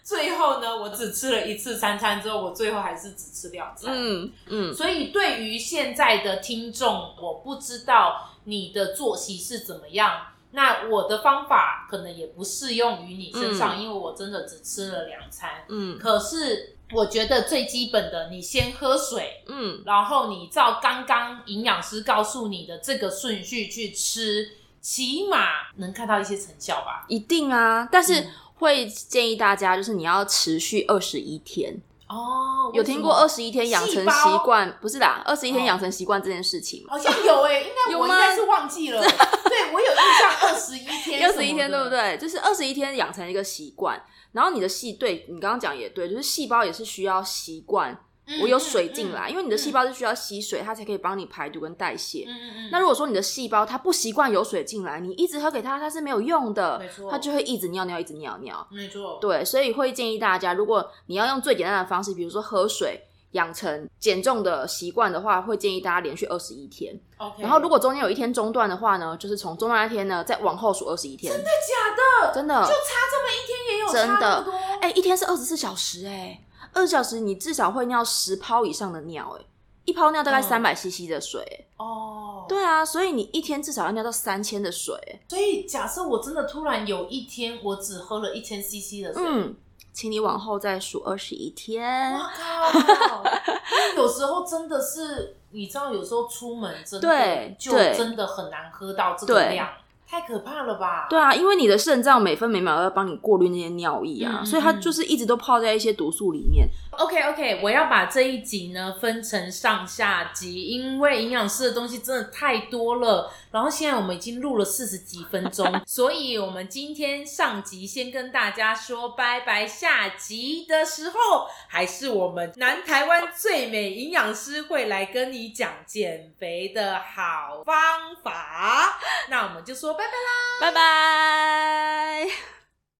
[SPEAKER 1] 最后呢，我只吃了一次三餐之后，我最后还是只吃两餐。
[SPEAKER 2] 嗯嗯，
[SPEAKER 1] 所以对于现在的听众，我不知道你的作息是怎么样。那我的方法可能也不适用于你身上，因为我真的只吃了两餐。
[SPEAKER 2] 嗯
[SPEAKER 1] 可是我觉得最基本的，你先喝水，
[SPEAKER 2] 嗯，
[SPEAKER 1] 然后你照刚刚营养师告诉你的这个顺序去吃，起码能看到一些成效吧。
[SPEAKER 2] 一定啊，但是
[SPEAKER 1] 嗯
[SPEAKER 2] 会建议大家就是你要持续二十一天，
[SPEAKER 1] 哦，
[SPEAKER 2] 有
[SPEAKER 1] 为什么
[SPEAKER 2] 听过二？十一天养成习惯，不是啦，二十一天
[SPEAKER 1] 哦
[SPEAKER 2] 养成习惯这件事情嘛，
[SPEAKER 1] 好像有欸诶、应该
[SPEAKER 2] 有
[SPEAKER 1] 我应
[SPEAKER 2] 吗
[SPEAKER 1] 该是忘记了。对我有印象，二十一天，
[SPEAKER 2] *laughs* 二十一天对不？对？就是二十一天养成一个习惯，然后你的细对你刚刚讲也对，就是细胞也是需要习惯，
[SPEAKER 1] 嗯
[SPEAKER 2] 我有水进
[SPEAKER 1] 嗯
[SPEAKER 2] 来，因为你的细胞是需要吸水，它才可以帮你排毒跟代谢。
[SPEAKER 1] 嗯嗯嗯，
[SPEAKER 2] 那如果说你的细胞它不习惯有水进来，你一直喝给它，它是没有用的
[SPEAKER 1] 没错，
[SPEAKER 2] 它就会一直尿尿，一直尿尿。
[SPEAKER 1] 没错，
[SPEAKER 2] 对，所以会建议大家，如果你要用最简单的方式，比如说喝水。养成减重的习惯的话，会建议大家连续二十一天。
[SPEAKER 1] ，OK。
[SPEAKER 2] 然后如果中间有一天中断的话呢，就是从中断那天呢，再往后数二十一天。真的
[SPEAKER 1] 假的，
[SPEAKER 2] 真的
[SPEAKER 1] 就差这么一天也有
[SPEAKER 2] *laughs* 真
[SPEAKER 1] 差那
[SPEAKER 2] 的
[SPEAKER 1] 么多，
[SPEAKER 2] 哎、一天是二十四小时、哎，二十小时你至少会尿十泡以上的尿、哎，一泡尿大概
[SPEAKER 1] 嗯
[SPEAKER 2] 三百 CC 的水、哎
[SPEAKER 1] 哦，
[SPEAKER 2] 对啊，所以你一天至少要尿到三千的水、哎
[SPEAKER 1] 所以假设我真的突然有一天我只喝了一千 CC 的水，
[SPEAKER 2] 嗯，请你往后再数二十一天。
[SPEAKER 1] 哇靠！因为有时候真的是，你知道，有时候出门真的
[SPEAKER 2] 对
[SPEAKER 1] 就
[SPEAKER 2] 对
[SPEAKER 1] 真的很难喝到这个
[SPEAKER 2] 对
[SPEAKER 1] 量，太可怕了吧？
[SPEAKER 2] 对啊，因为你的肾脏每分每秒要帮你过滤那些尿液啊，
[SPEAKER 1] 嗯嗯
[SPEAKER 2] 所以它
[SPEAKER 1] 嗯
[SPEAKER 2] 就是一直都泡在一些毒素里面。
[SPEAKER 1] OK OK，我要把这一集呢分成上下集，因为营养师的东西真的太多了。然后现在我们已经录了四十几分钟，所以我们今天上集先跟大家说拜拜。下集的时候，还是我们南台湾最美营养师会来跟你讲减肥的好方法。那我们就说拜拜啦。
[SPEAKER 2] 拜拜。